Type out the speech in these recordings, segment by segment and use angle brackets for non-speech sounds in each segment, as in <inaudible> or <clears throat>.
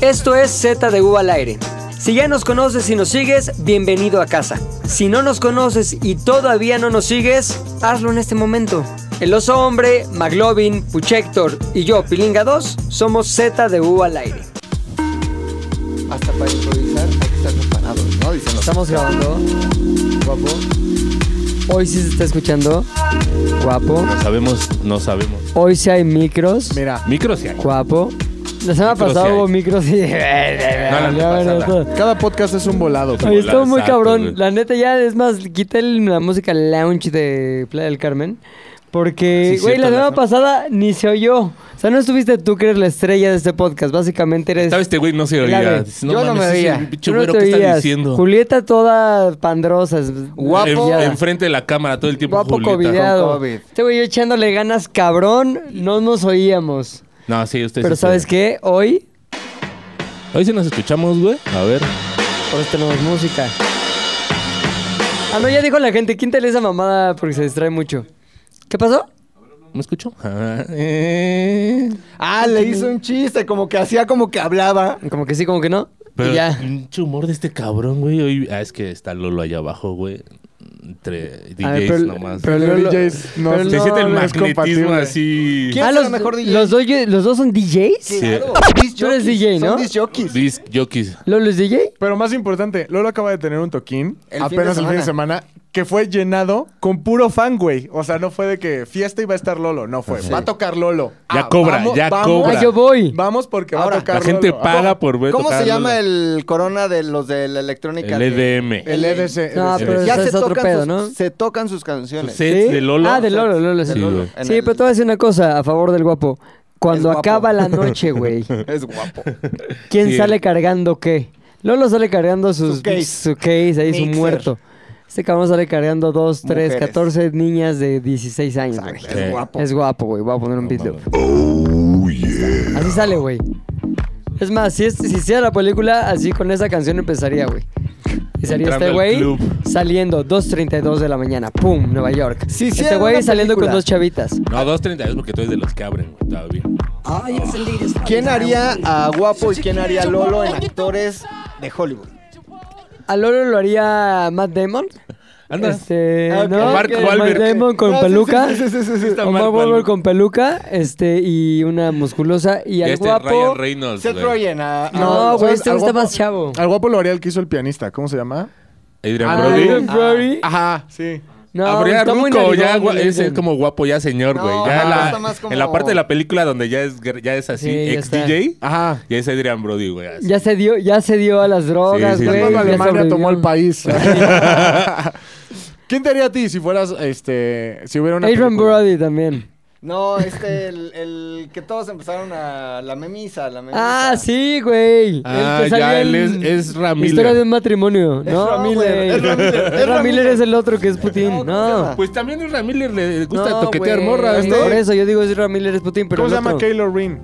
Esto es Z de U al aire. Si ya nos conoces y nos sigues, bienvenido a casa. Si no nos conoces y todavía no nos sigues, hazlo en este momento. El oso hombre, Maglovin, Puchector y yo, Pilinga 2, somos Z de U al aire. Hasta para improvisar hay que estar preparados, ¿no? Dicen los Estamos grabando. guapo. Hoy sí se está escuchando. Guapo. No sabemos, no sabemos. Hoy sí hay micros. Mira, Micro sí hay. Guapo. La semana Micros pasada sí hay. hubo micros y. la antepasada. cada podcast es un volado. Ay, Ahí estuvo muy Exacto, cabrón. güey. La neta, ya es más, quité el- la música lounge de Playa del Carmen. Porque, Sí, güey, la cierto, la semana sem- pasada ni se oyó. O sea, no estuviste tú que eres la estrella de este podcast. Básicamente eres. ¿Sabes? Este güey no se El oía. ave. Dices, Yo no me ese veía. pinche Tú no güero, te ¿qué está oías. diciendo? Julieta toda pandrosa. es- Guapo. En- Ya. Enfrente de la cámara todo el tiempo. Guapo Julieta. covideado. Con COVID. Este güey yo echándole ganas, cabrón. No nos oíamos. No, sí, usted Pero sí ¿sabes se- qué? Hoy, Hoy sí nos escuchamos, güey. A ver. por eso tenemos música. Ah, no, ya dijo la gente. ¿Quién te lee esa mamada? Porque se distrae mucho. ¿Qué pasó? ¿Me escucho? Ah, eh. <laughs> Ah, le hizo un chiste, como que hacía como que hablaba. Como que sí, como que no. <laughs> Pero y ya. pinche humor de este cabrón, güey. Hoy- Ah, es que está Lolo allá abajo, güey. Entre DJs ver, pero- nomás. pero- Los Lolo- DJs no, pero se no- siente el no es magnetismo compatible. así. ¿Quién Ah, será los, mejor DJ? Los dos, los dos son DJs. Claro, disc Tú eres jockeys, DJ, ¿no? Son disc jockeys. Disc jockeys. ¿Lolo es DJ? Pero más importante, Lolo acaba de tener un toquín El fin de apenas el fin semana. de semana que fue llenado con puro fan, güey. O sea, no fue de que fiesta iba a estar Lolo, no fue. Va a tocar Lolo. Ya cobra, ya cobra. Ah, yo voy. Vamos porque Ahora, va a tocar La gente Lolo. paga por ver ¿Cómo tocar se a Lolo. llama el corona de los de la electrónica? El E de- EDM. El E EDC. E No, EDC. pero Ya Ese se es otro tocan, pedo, sus, ¿no? se tocan sus Sus canciones. sets de Lolo. Ah, de Lolo, Lolo. Sí, Sí, güey. En Sí, el- pero te voy a decir una cosa a favor del guapo. Cuando Es guapo. acaba la noche, <laughs> güey, Es guapo. ¿quién Sí. sale cargando qué? Lolo sale cargando sus, su, case. case. ahí su Mixer. muerto. Este cabrón sale cargando dos, tres, Mujeres. 14 niñas de 16 años, güey. Exacto, Sí. es guapo. Es guapo, güey. Voy a poner un beatloop. Oh, Así sale, güey. Es más, si, es- si hiciera la película, así con esa canción empezaría, güey. Y sería este Entrando al güey club. saliendo 2.32 de la mañana. ¡Pum! Nueva York. Si este hicieran güey una saliendo con película. dos chavitas. No, 2.30 es porque tú eres de los que abren, güey, todavía. ¿Quién haría a Guapo y quién haría a Lolo en actores de Hollywood? A Lolo lo haría Matt Damon. Anda. Este, Ah, ok. ¿no? Mark Que Wahlberg. Matt Damon con Ah, sí, peluca. sí, sí, sí, sí, sí. Está O Mark Mark Wahlberg Wahlberg. con peluca. Este, y una musculosa. Y Ya al este guapo. Ryan Reynolds, Seth güey. Rogen. a- Ah, a- No, güey, este Al güey está guapo- más chavo. Al guapo lo haría el que hizo el pianista. ¿Cómo se llama? Adrian Ah, Brody. Adrian Brody. Ajá, sí. No, Habría está muy ruco, narigón, Ah, ya, gua- le ese es dicen. como guapo ya señor, No, güey. ya ajá, la- está más como- En la parte de la película donde ya es, gr- ya es así, Sí, ya ex DJ, Ajá. ya es Adrian Brody, güey. así. Ya se dio, ya se dio a las drogas, Sí, sí, güey. sí. Cuando ya Alemania sobrevivió. tomó el país. <laughs> ¿Quién te haría a ti si fueras, este, si hubiera una Adrian película? Brody también. No, este, el, el que todos empezaron a la memisa, la memisa. Ah, sí, güey. Ah, El que salió ya, él en es- es Ramírez. Historia de un matrimonio. Es no, Ramírez, güey. es Ramírez, es Ezra Ramírez. Miller es el otro que es Putin. No, ¿cómo se No. llama? Pues también el Ramírez le gusta No, toquetear güey. morras, ¿no? Por eso yo digo es Miller es Putin, pero ¿Cómo se el llama otro. Keylor Rin?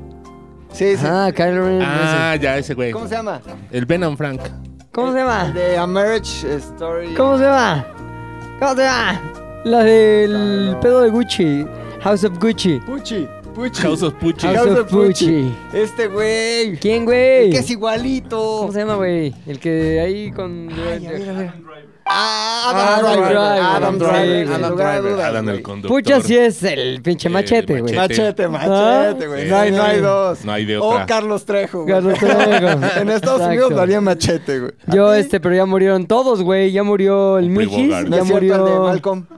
Sí, sí. Ah, Kylo Ren. Ah, ya, ese güey. ¿Cómo se llama? El Venom Frank. ese. ¿Cómo se llama? De A Marriage Story. ¿Cómo se llama? ¿Cómo se llama? La del pedo de Gucci. House of Gucci. Puchi. Puchi. House of Pucci. House of Gucci. Este güey. ¿Quién, El güey? Que es igualito. ¿Cómo se llama, güey? El que ahí con... Ah, Adam Adam, Driver. Driver. Adam Driver. Sí, sin güey. lugar a dudas, Ah, Adam güey. el conductor. Pucha, sí es el pinche Eh, machete, güey. Machete, machete. machete, güey. Sí. No, hay, no hay dos. No hay de O otra. Oh, Carlos Trejo, güey. Carlos Trejo. <laughs> en Estados Exacto. Unidos lo haría machete, güey. Yo, este, pero ya murieron todos, güey. Ya murió el Humphrey Mijis, Bogart. No ya es cierto, el de murió... Malcolm. <laughs>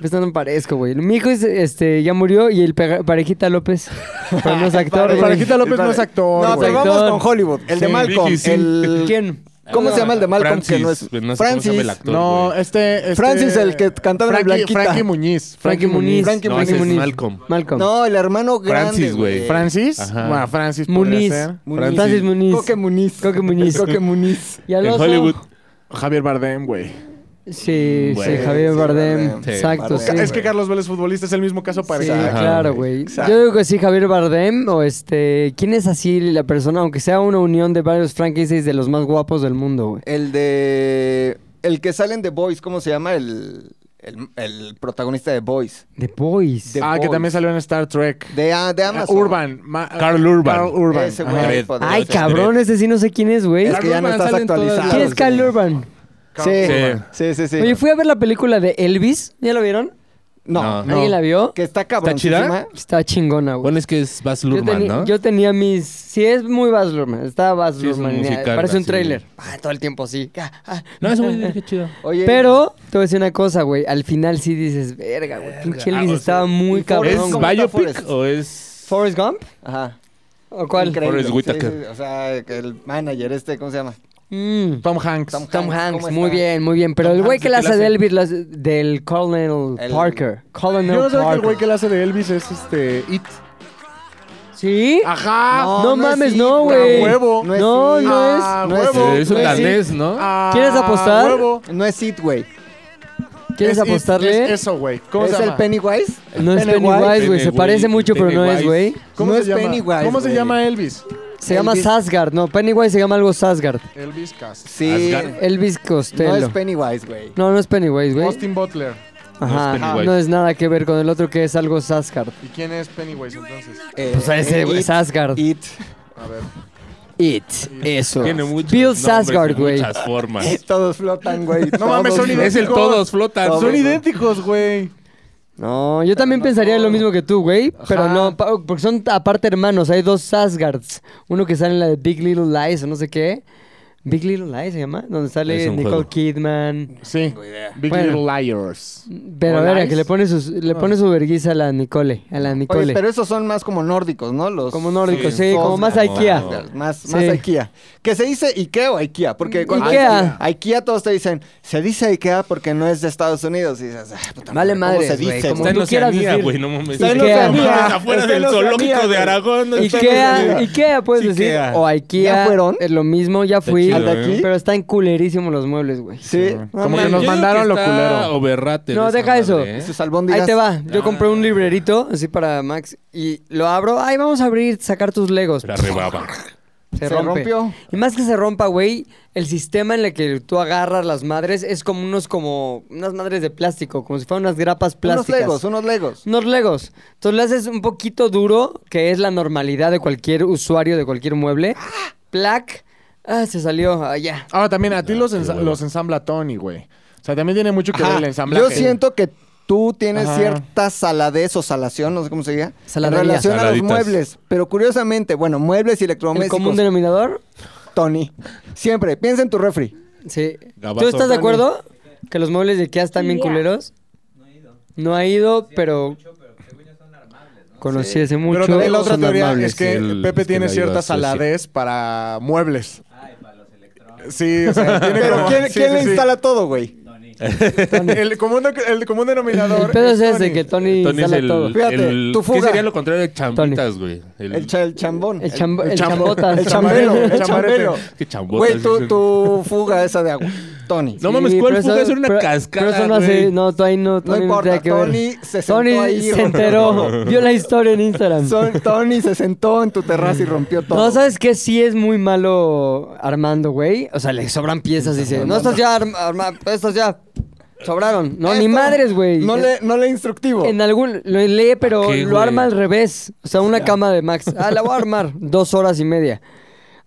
Pues no me parezco, güey. El Mijis, este, ya murió y el pega- Parejita <laughs> López. Pero no es actor, El güey. Parejita López El pare- no es actor, No, güey. pero vamos Actor. con Hollywood. El de Sí. Malcolm. Vigis, sí. el- ¿Quién? ¿Cómo se llama el de Malcolm? Francis, que no es... pero no sé cómo se Francis. llama el actor, No, güey. este, este- Francis, el que cantaba en la Frankie, Blanquita. Frankie Muñiz. Frankie Muniz. Frankie No, ese es Malcolm. Malcolm. No, el hermano grande, Francis, güey. Eh, ¿Francis? Ajá. Bueno, Francis podría Muniz. ser. Muniz. Francis Muniz. Coque Muniz. Coque Muniz. Coque Muniz. Y al En oso- Hollywood. Javier Bardem, güey. Sí, Güey. sí, Javier Sí, Bardem. Bardem. Sí, Exacto, Bardem. sí. Es que Carlos Vélez, futbolista, es el mismo caso para Sí, Ajá, claro, güey. güey. Exacto. Yo digo que sí, Javier Bardem, o este, ¿quién es así la persona, aunque sea una unión de varios franquicias de los más guapos del mundo, güey? El de... El que sale en The Boys, ¿cómo se llama? El... El, el protagonista de Boys. The Boys. The ah, que Boys. también salió en Star Trek. De, ah, de Amazon. Urban. Ma- Carl Urban. Carl Urban. Ese Ajá. güey. es poderoso. Ay, cabrón, ese sí no sé quién es, güey. Es que ya no Carl Urban estás sale en todas actualizado. ¿Quién es Carl Urban? Sí. Urban. sí, sí, sí. Oye, fui a ver la película de Elvis. ¿Ya lo vieron? no, No. no. ¿Alguien la vio? Que está cabrón. chida? Está chingona, güey. Bueno, es que es Baz Yo, Luhrmann, teni- ¿no? yo tenía mis. Sí, es muy Baz Luhrmann. Estaba Baz Sí, es un Luhrmann. y- musical, Parece un así. tráiler. Ah, todo el tiempo así. Ah, ah. No, ese güey, qué chido. Oye, Pero te voy a decir una cosa, güey. Al final sí dices, verga, güey. Pinche Ah, o Elvis sea, estaba ¿y muy Forrest cabrón. ¿Es ¿cómo güey. está biopic Forrest? o es...? ¿Forrest Gump? Ajá. ¿O cuál? Increíble. Forrest Sí, Whitaker. sí, o sea, que el manager este, ¿cómo se llama? Mm, Tom Hanks. Tom- Tom ¿cómo Hanks, está? muy bien, muy bien. Pero Tom el güey Hanks, que ¿de la qué hace la de hace? Elvis, la hace del Colonel El- Parker. Colonel Yo no sé que el güey Parker. que le hace de Elvis es este. It. ¿Sí? Ajá. Ah, No, no es mames, It, no, güey. güey. A huevo. No, es no, It. es. Ah, no huevo. es- Es un no es- danés, ¿no? Ah, ¿Quieres apostar? huevo. No es it, güey. ¿Quieres Es- es- apostarle? es eso, güey. ¿Cómo ¿Es se el llama? Pennywise? no es Pennywise. Pennywise, güey. Se Pennywise, parece mucho, pero no es, güey. Pennywise. ¿Cómo No se es llama? Pennywise, ¿Cómo se güey. llama Elvis? Se llama Elvis. Sasgard. No, Pennywise se llama algo Sasgard. Elvis Cass. Sí. Asgard. Elvis No Costello. es Pennywise, güey. No, no es Pennywise, güey. Austin Butler. Ajá. es Pennywise. No es nada que ver con el otro que es algo Sasgard. ¿Y quién es Pennywise entonces? Eh, Pues a ese, eh, güey. It, Sasgard. It. <laughs> A ver. It. Eso. Tiene muchos Bill nombres y Sarsgaard, güey. Muchas <laughs> formas. <laughs> Todos flotan, güey. No mames, Todos son flotan. Es el todos flotan. Todos. Son idénticos, güey. No, yo también no pensaría todo. lo mismo que tú, güey. Pero Ajá. no, pa- porque son aparte hermanos. Hay dos Sasgards. Uno que sale en la de Big Little Lies o no sé qué. Big Little Lies se llama. Donde Es sale un Nicole juego. Kidman. Sí. Big Bueno. Little Liars. Pero ¿O a ver, Lies? que le pone, sus, le pone su vergüenza a la Nicole. A la Nicole. Oye, pero esos son más como nórdicos, ¿no? Los Como nórdicos, Sí. sí, como más Sasgard, Ikea. Sasgard, Más, Sí. más IKEA. Que se dice IKEA o IKEA, porque cuando Ikea. IKEA. IKEA todos te dicen, se dice IKEA porque no es de Estados Unidos. Y dices, "Ah, puta Vale madre, ¿cómo madres, se güey, dice? como Está en tú quieras Oceanía, decir. güey, no mames. Está en No Oceanía. mames, afuera Está en del Oceanía, zoológico de güey. Aragón. no está en Ikea, Oceanía. Ikea puedes Ikea. decir. O Ikea. ¿Ya fueron? Es lo mismo, ya Está fui. chido, ¿Al de aquí? Pero están culerísimos los muebles, güey. Sí. Como No que mames. nos Yo mandaron digo que lo está culero. overrated No, esa deja eso. madre, ¿eh? Sus albóndigas. Ahí te va. Yo Ah. compré un librerito así para Max y lo abro. Ay, vamos a abrir, sacar tus legos. La rebaba. Se, Se rompe. rompió. Y más que se rompa, güey, el sistema en el que tú agarras las madres es como unos como unas madres de plástico, como si fueran unas grapas Unos plásticas. legos, unos legos. Unos legos. Entonces le haces un poquito duro, que es la normalidad de cualquier usuario de cualquier mueble. Plac. Ah, se salió. Ah, ya. Ahora también a ti los, ensa- hueva. los ensambla Tony, güey. O sea, también tiene mucho que ver Ajá. el ensamblaje. Yo siento que tú tienes Ajá. cierta saladez o salación, no sé cómo se diga, en Saladería. relación Saladitas. a los muebles. Pero curiosamente, bueno, muebles y El electrodomésticos, común denominador. Tony. Siempre, piensa en tu refri. Sí. Gabazo. ¿Tú estás de acuerdo que los muebles de Ikea están bien culeros? No ha ido, pero... Conocí hace mucho. Pero también la son otra teoría armables, es que sí, el- Pepe es que tiene la cierta ayuda sucia. saladez para muebles. Ah, para los electrónicos. Sí, o sea, tiene Pero como- ¿quién, sí, quién sí, le sí. instala todo, güey? <laughs> El común, de- el común denominador. El pedo es ese, Tony. que Tony, Tony es instala el, todo. Fíjate, el- tu ¿Qué fuga. sería lo contrario de chambitas, güey? El, cha- el chambón. El, chambo- el chambo- chambotas. El chambero, chamarete, el chamarete. chambero. Qué chambotas. Güey, tu, dicen. tu fuga esa de agua. Tony. No mames, ¿cuál pero fuga? eso- Eso era una pero- cascada, Pero eso no güey. hace... No, Tony no, No Tony no importa, tenía que ver. Tony se sentó Tony ahí. se enteró. Vio la historia en Instagram. Son- Tony se sentó en tu terraza y rompió todo. No, ¿sabes qué? Sí es muy malo Armando, güey. O sea, le sobran piezas y dice, no, estas ya, Armando, estas ya sobraron. No, ni Esto madres, güey. No le, no le instructivo. En algún, lo lee, pero ¿Para qué, lo güey? arma al revés. O sea, una cama de Max. Ah, la voy a armar. <laughs> Dos horas y media.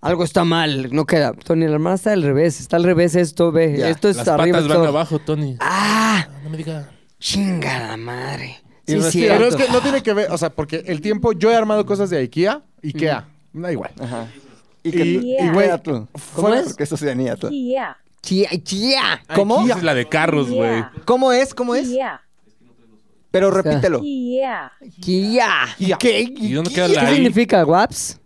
Algo está mal, no queda. Tony, la armada está al revés. Está al revés esto, ve. Ya, Esto es Las arriba. patas esto van abajo. abajo, Tony. Ah, No me digas. chingada madre. Y Sí, respira. sí. Pero es que no tiene que ver, o sea, porque el tiempo yo he armado cosas de IKEA, IKEA, da igual. Ajá. Y que Y- y, güey, güey, tú. ¿cómo Fue- es? Porque eso sería niato. Yeah. Chía, chía. ¿Cómo? Esa es la de carros, güey. Yeah. ¿Cómo es? ¿Cómo es? Yeah. Pero repítelo. Yeah. Chía. ¿Y qué? ¿Y dónde queda ¿Qué la I? significa Waps?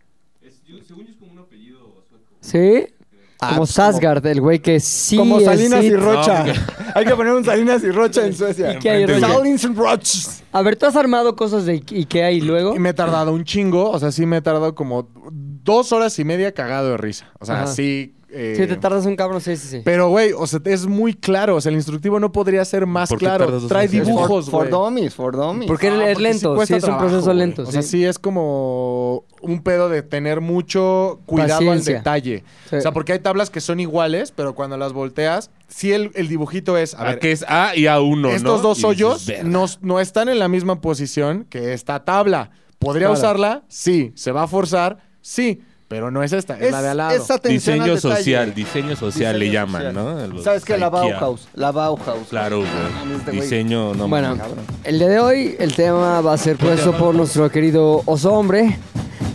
según yo es como un apellido sueco. ¿Sí? Ah, como pues, Sasgard, el güey que sí Como es Salinas sí. y Rocha. No, <laughs> Hay que poner un Salinas y Rocha en Suecia. Ikea Ah, y Rocha. Salinas y Rochas. A ver, ¿tú has armado cosas de Ike- Ikea y luego? Y me he tardado un chingo, o sea, sí me he tardado como dos horas y media cagado de risa. O sea, Ajá. sí. eh, Sí, te tardas un cabrón, sí, sí, sí. Pero, güey, o sea, es muy claro. O sea, el instructivo no podría ser más ¿Por qué claro. tardas dos Trae horas y media? dibujos, For güey. dummies, for dummies. Porque Ah, es porque sí lento, sí, cuesta es un trabajo, proceso güey. lento. O sea, sí es como un pedo de tener mucho cuidado Paciencia. al detalle. Sí. O sea, porque hay tablas que son iguales, pero cuando las volteas, sí el, el dibujito es, a A ver, que es A y A1, ¿no? estos dos Y dices, hoyos "Verga". no, no están en la misma posición que esta tabla. ¿Podría Claro. usarla? Sí. ¿Se va a forzar? Sí. Pero no es esta, es, la de al lado. es atención Diseño al detalle. social, diseño social Diseño le llaman, social. ¿no? Los ¿Sabes qué? La Ikea. Bauhaus. La Bauhaus. Claro, mames, este güey. güey. Diseño, no Bueno, mames. el día de hoy el tema va a ser puesto por nuestro querido oso hombre.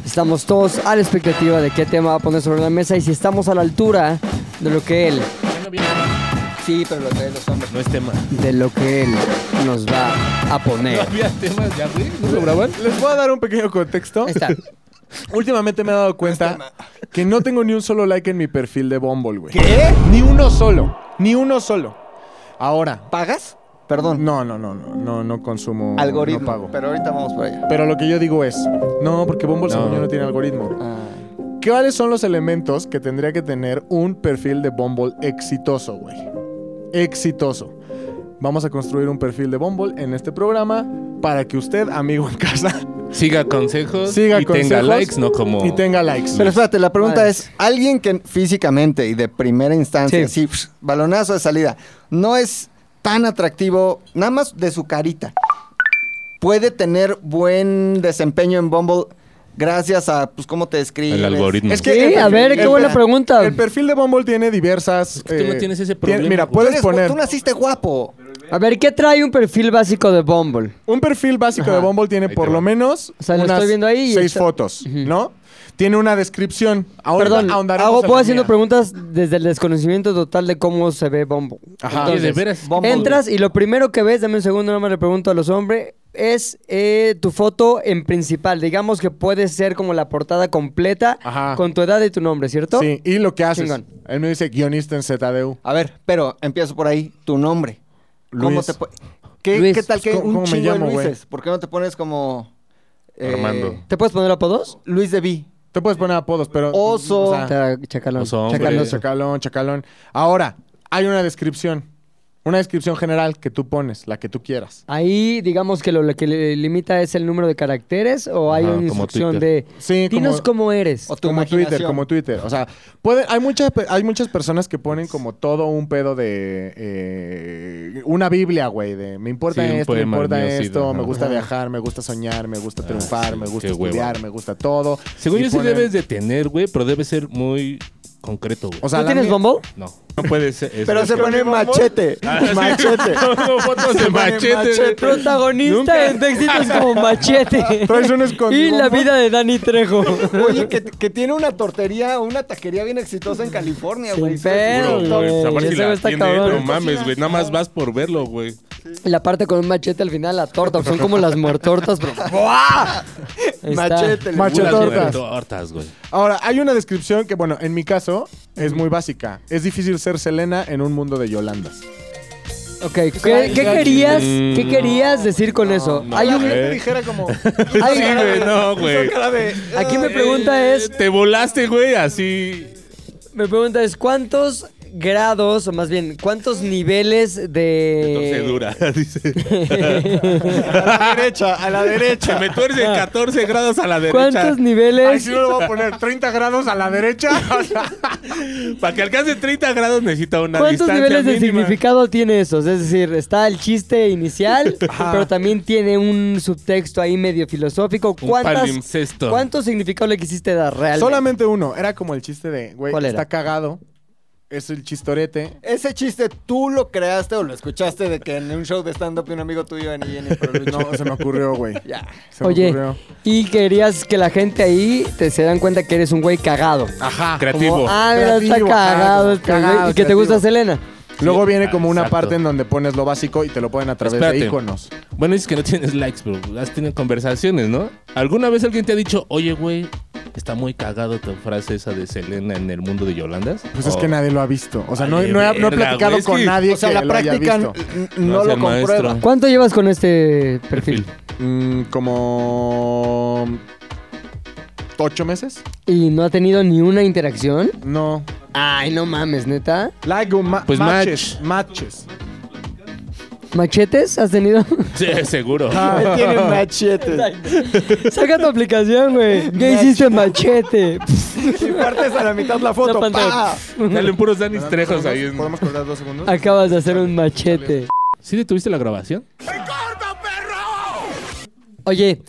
Estamos todos a la expectativa de qué tema va a poner sobre la mesa y si estamos a la altura de lo que él, Sí, pero lo que es los hombres. No es tema. de lo que él nos va a poner. había temas ya, güey. ¿Lo graban? Les voy a dar un pequeño contexto. Ahí está. Últimamente me he dado cuenta que no tengo ni un solo like en mi perfil de Bumble, güey. ¿Qué? Ni uno solo. Ni uno solo. Ahora. ¿Pagas? Perdón. No, no, no, no, no, no consumo. Algoritmo. No pago. Pero, Pero ahorita vamos para allá. lo que yo digo es, no, porque Bumble No. según yo no tiene algoritmo. ¿Cuáles son los elementos que tendría que tener un perfil de Bumble exitoso, güey? Exitoso. Vamos a construir un perfil de Bumble en este programa para que usted, amigo <laughs> en casa, Siga consejos siga y consejos tenga likes, no como... y tenga likes. Pero espérate, la pregunta Madre. es, alguien que físicamente y de primera instancia, Sí. sí, psh, balonazo de salida, no es tan atractivo, nada más de su carita, puede tener buen desempeño en Bumble gracias a, pues, cómo te describes. El algoritmo. Es que Sí, el a ver, el qué buena pregunta. El perfil de Bumble tiene diversas. eh, que tú no tienes ese tiene- problema, mira, güey. Tú puedes eres- poner. Tú naciste guapo. A ver, ¿qué trae un perfil básico de Bumble? Un perfil básico Ajá. de Bumble tiene Ahí te por va. lo menos O sea, lo unas estoy viendo ahí y seis está- fotos, ¿no? Tiene una descripción. Ahora Perdón, ahondaremos hago, en voy la haciendo mía. preguntas desde el desconocimiento total de cómo se ve Bumble. Ajá. Oye, Entonces, de veras. Bumble. Entras y lo primero que ves, dame un segundo, no me le pregunto a los hombres, es eh, tu foto en principal. Digamos que puede ser como la portada completa Ajá. con tu edad y tu nombre, ¿cierto? Sí, y lo que haces. Chingón. Él me dice guionista en ZDU. A ver, pero empiezo por ahí, tu nombre. ¿Cómo Luis. pues, te po- ¿Qué, Luis. ¿Qué tal que hay ¿Cómo- un cómo me chingo de llamo, güey? Luises? ¿Por qué no te pones como... eh, Armando. ¿Te puedes poner apodos? Luis de V. Te puedes poner apodos, pero. mm, Oso. o sea, Cha- Chacalón. Oso hombre. Chacalón. Chacalón, chacalón. Ahora, hay una descripción. Una descripción general que tú pones, la que tú quieras. Ahí, digamos que lo, lo que le limita es el número de caracteres o hay Ajá, una como instrucción Twitter. de. Sí, como- Dinos cómo eres. O tu Pues como Twitter, imaginación. como Twitter. O sea, puede, hay, muchas, pe- hay muchas personas que ponen como todo un pedo de eh, una Biblia, güey. De me importa Sí, un esto, me poema importa mío, sí, esto, ajá. me gusta Ajá. viajar, me gusta soñar, me gusta triunfar, sí, me gusta qué hueva. estudiar, me gusta todo. Según Y yo sí ponen- debes de tener, güey, pero debe ser muy concreto, güey. O sea, ¿Tú la tienes mía- Bumble? no. No puede ser. es Pero lo se que- pone machete. Ah, <laughs> <laughs> Machete. Pongo fotos de machete. güey. Protagonista en éxitos como Machete. <laughs> Traes un escondido, y la ¿no? vida de Dani Trejo. Oye, que, que tiene una tortería, una taquería bien exitosa en California, Sin güey. pedo, Seguro, güey. güey. Saber si Ese la güey está tiene, cabrón. no mames, güey. Nada más vas por verlo, güey. La parte con un machete al final, la torta. Son como las muertortas, pero. Ahí está. Machete. le- Mach- Machetortas. Puras Tortas, güey. Ahora, hay una descripción que, bueno, en mi caso es muy básica. Es difícil ser Selena en un mundo de Yolandas. Ok, ¿qué, qué querías, ¿qué querías decir con eso? no, Hay no, un- eh. Te dijera como... <laughs> hay- Sí, güey, no, güey. aquí me pregunta es, Te volaste, güey, así. me pregunta es cuántos grados, o más bien, cuántos niveles de... Eh. Se dura, <laughs> dice. A la derecha, a la Se derecha. me tuerce 14 grados a la derecha. ¿Cuántos niveles? Ay, si no lo voy a poner 30 grados a la derecha. <laughs> O sea, Para que alcance 30 grados necesita una ¿Cuántos distancia niveles de mínima. significado tiene eso? Es decir, está el chiste <laughs> inicial, pero también tiene un subtexto ahí medio filosófico. Un ¿Cuántas, palimpsesto. ¿Cuántos significados le quisiste dar realmente? solamente uno. Era como el chiste de, güey, ¿Cuál era? está cagado. Es el chistorete. Ese chiste tú lo creaste o lo escuchaste de que en un show de stand-up un amigo tuyo venía en improviso. No, se me ocurrió, güey. Ya. Se me Oye, ocurrió. y querías que la gente ahí te se dan cuenta que eres un güey cagado. Ajá. Creativo. Como, ah, mira, está Creativo, cagado. cagado, este güey. cagado, y que te creativo. gusta Selena. Luego Sí. viene Ah, como una exacto. parte en donde pones lo básico y te lo ponen a través de Espérate. iconos. Bueno, es que no <laughs> tienes likes, pero has tenido conversaciones, ¿no? ¿Alguna vez alguien te ha dicho, oye, güey, está muy cagado tu frase esa de Selena en el mundo de Yolandas? Oh, Pues es O- que nadie lo ha visto. O sea, no, Vale, no he, no he verga, platicado güey, es con que- nadie O sea, que la lo haya práctica n- visto. n- no es lo el maestro. comprueba. ¿Cuánto llevas con este perfil? Mm, como... ¿Ocho meses? ¿Y no ha tenido ni una interacción? No. Ay, no mames, neta. Like, un ma- Pues matches. Matches. ¿Machetes has <laughs> tenido? <laughs> Sí, seguro. Ah. Él tiene un machete. Saca tu aplicación, güey. ¿Qué hiciste, machete? Si partes a la mitad la La foto. pantalla. ¡pa! <laughs> Dale puros Danis Trejos ahí. en- ¿Podemos cortar dos segundos? Acabas de hacer un machete. ¿Sí detuviste la grabación? Oye,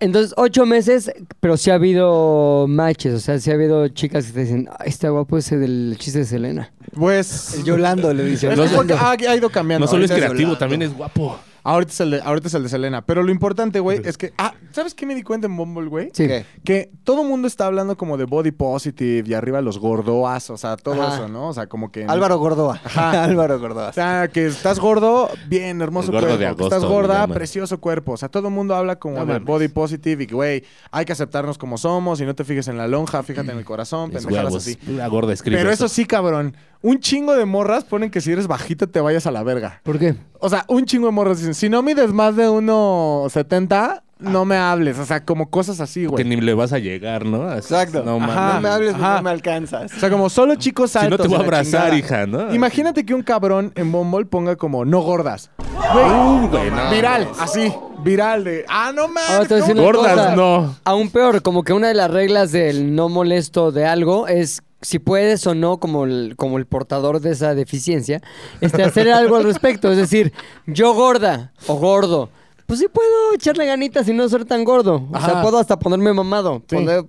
entonces ocho meses, pero sí ha habido matches. O sea, sí ha habido chicas que te dicen, "Ay, está guapo ese del chiste de Selena. Pues. El Yolando le dice. Es No que sé. porque ha, ha ido cambiando. No solo es Ahorita creativo, Yolanda. también es guapo. Ahorita es, el de, ahorita es el de Selena. Pero lo importante, güey, es que. Ah, ¿sabes qué me di cuenta en Bumble, güey? Sí. ¿Qué? Que todo mundo está hablando como de body positive y arriba los gordoas, o sea, todo Ajá. eso, ¿no? O sea, como que. Álvaro Gordoa. Ajá. <laughs> Álvaro Gordoa. O sea, que estás gordo, bien, hermoso El gordo cuerpo. de que estás agosto, le gorda, llaman. precioso cuerpo. O sea, todo el mundo habla como No de mames. body positive y que, güey, hay que aceptarnos como somos y no te fijes en la lonja, fíjate en el corazón, Es pendejadas huevos. así. La gorda escribe. Pero eso sí, cabrón. Un chingo de morras ponen que si eres bajita te vayas a la verga. ¿Por qué? O sea, un chingo de morras dicen, si no mides más de 1.70, no me hables. O sea, como cosas así, Que güey. ni le vas a llegar, ¿no? Así, Exacto. No mames. Ajá. No me hables, Ajá. no me alcanzas. O sea, como solo chicos <laughs> Si no altos. te voy a y la abrazar, chingada. hija, ¿no? Imagínate que un cabrón en Bumble ponga como no gordas. Güey, Uh, güey, no. viral, así, viral de, ah, no mames. Ahora te voy a decir ¿cómo una Gordas, cosa. no. Aún peor, como que una de las reglas del no molesto de algo es si puedes o no, como el, como el portador de esa deficiencia, este, hacer algo al respecto. Es decir, yo gorda o gordo. Pues sí puedo echarle ganitas y no ser tan gordo. O sea, Ajá. puedo hasta ponerme mamado. Sí. poner-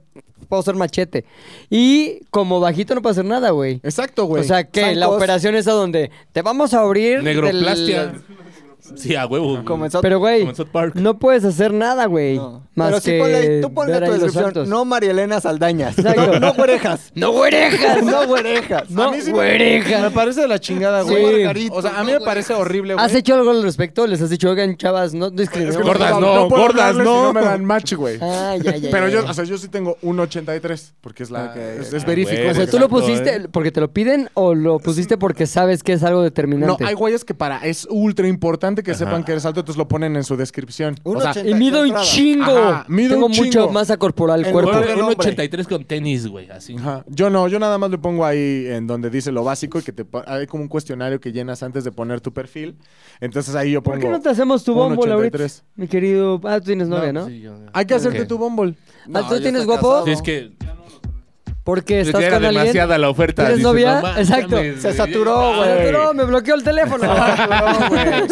puedo ser machete. Y como bajito no puedo hacer nada, güey. Exacto, güey. O sea, que la Zancos. operación es a donde te vamos a abrir... del- Negroplastia. <laughs> Sí, a huevo. güey. Comenzó. Pero, güey, Como en South Park. no puedes hacer nada, güey. No. Más Pero sí que ponle, ahí- tú ponle ver tu ahí los actos. descripción. No Marielena Saldañas. Exacto. No, no orejas. ¡No orejas! <laughs> No orejas. No, A mí sí me- güereja. me parece de la chingada, Sí. güey. O sea, a mí me parece horrible, güey. ¿Has hecho algo al respecto? ¿Les has dicho, oigan, chavas, no Es discriminemos? que Gordas, puedo- no, puedo gordas, hablarles no. si no me dan match, güey. Ah, ya, ya, Pero ya, yo, ya. o sea, yo sí tengo un 83, porque es la... Ok, es, ok. es verífico. Ah, O sea, güey. ¿tú lo Exacto, pusiste eh. porque te lo piden o lo pusiste porque sabes que es algo No, determinante? hay güeyes que para... Es ultra importante que Ajá. sepan que eres alto, entonces lo ponen en su descripción. O sea, 1.80. y mido un Entrada. chingo. Ajá, mido Tengo un mucha chingo. masa corporal El cuerpo. Ponle gordo un del hombre. 83 con tenis, güey, así. Ajá. Yo no, yo nada más le pongo ahí en donde dice lo básico y que te po- hay como un cuestionario que llenas antes de poner tu perfil. Entonces ahí yo pongo. ¿Por qué no te hacemos tu un bumble ahorita? 83? Mi querido. Ah, tú tienes novia, ¿no? pues Sí, yo- Hay que hacerte Ok. tu bumble. <laughs> No, Ah, ¿Tú yo tienes estoy guapo? casado. Sí, es que Porque era estás con alguien. demasiada la oferta. ¿Tienes dices, novia? no mames, Exacto. mames, Se güey. saturó, Ah, Ah, güey. no, me bloqueó el teléfono.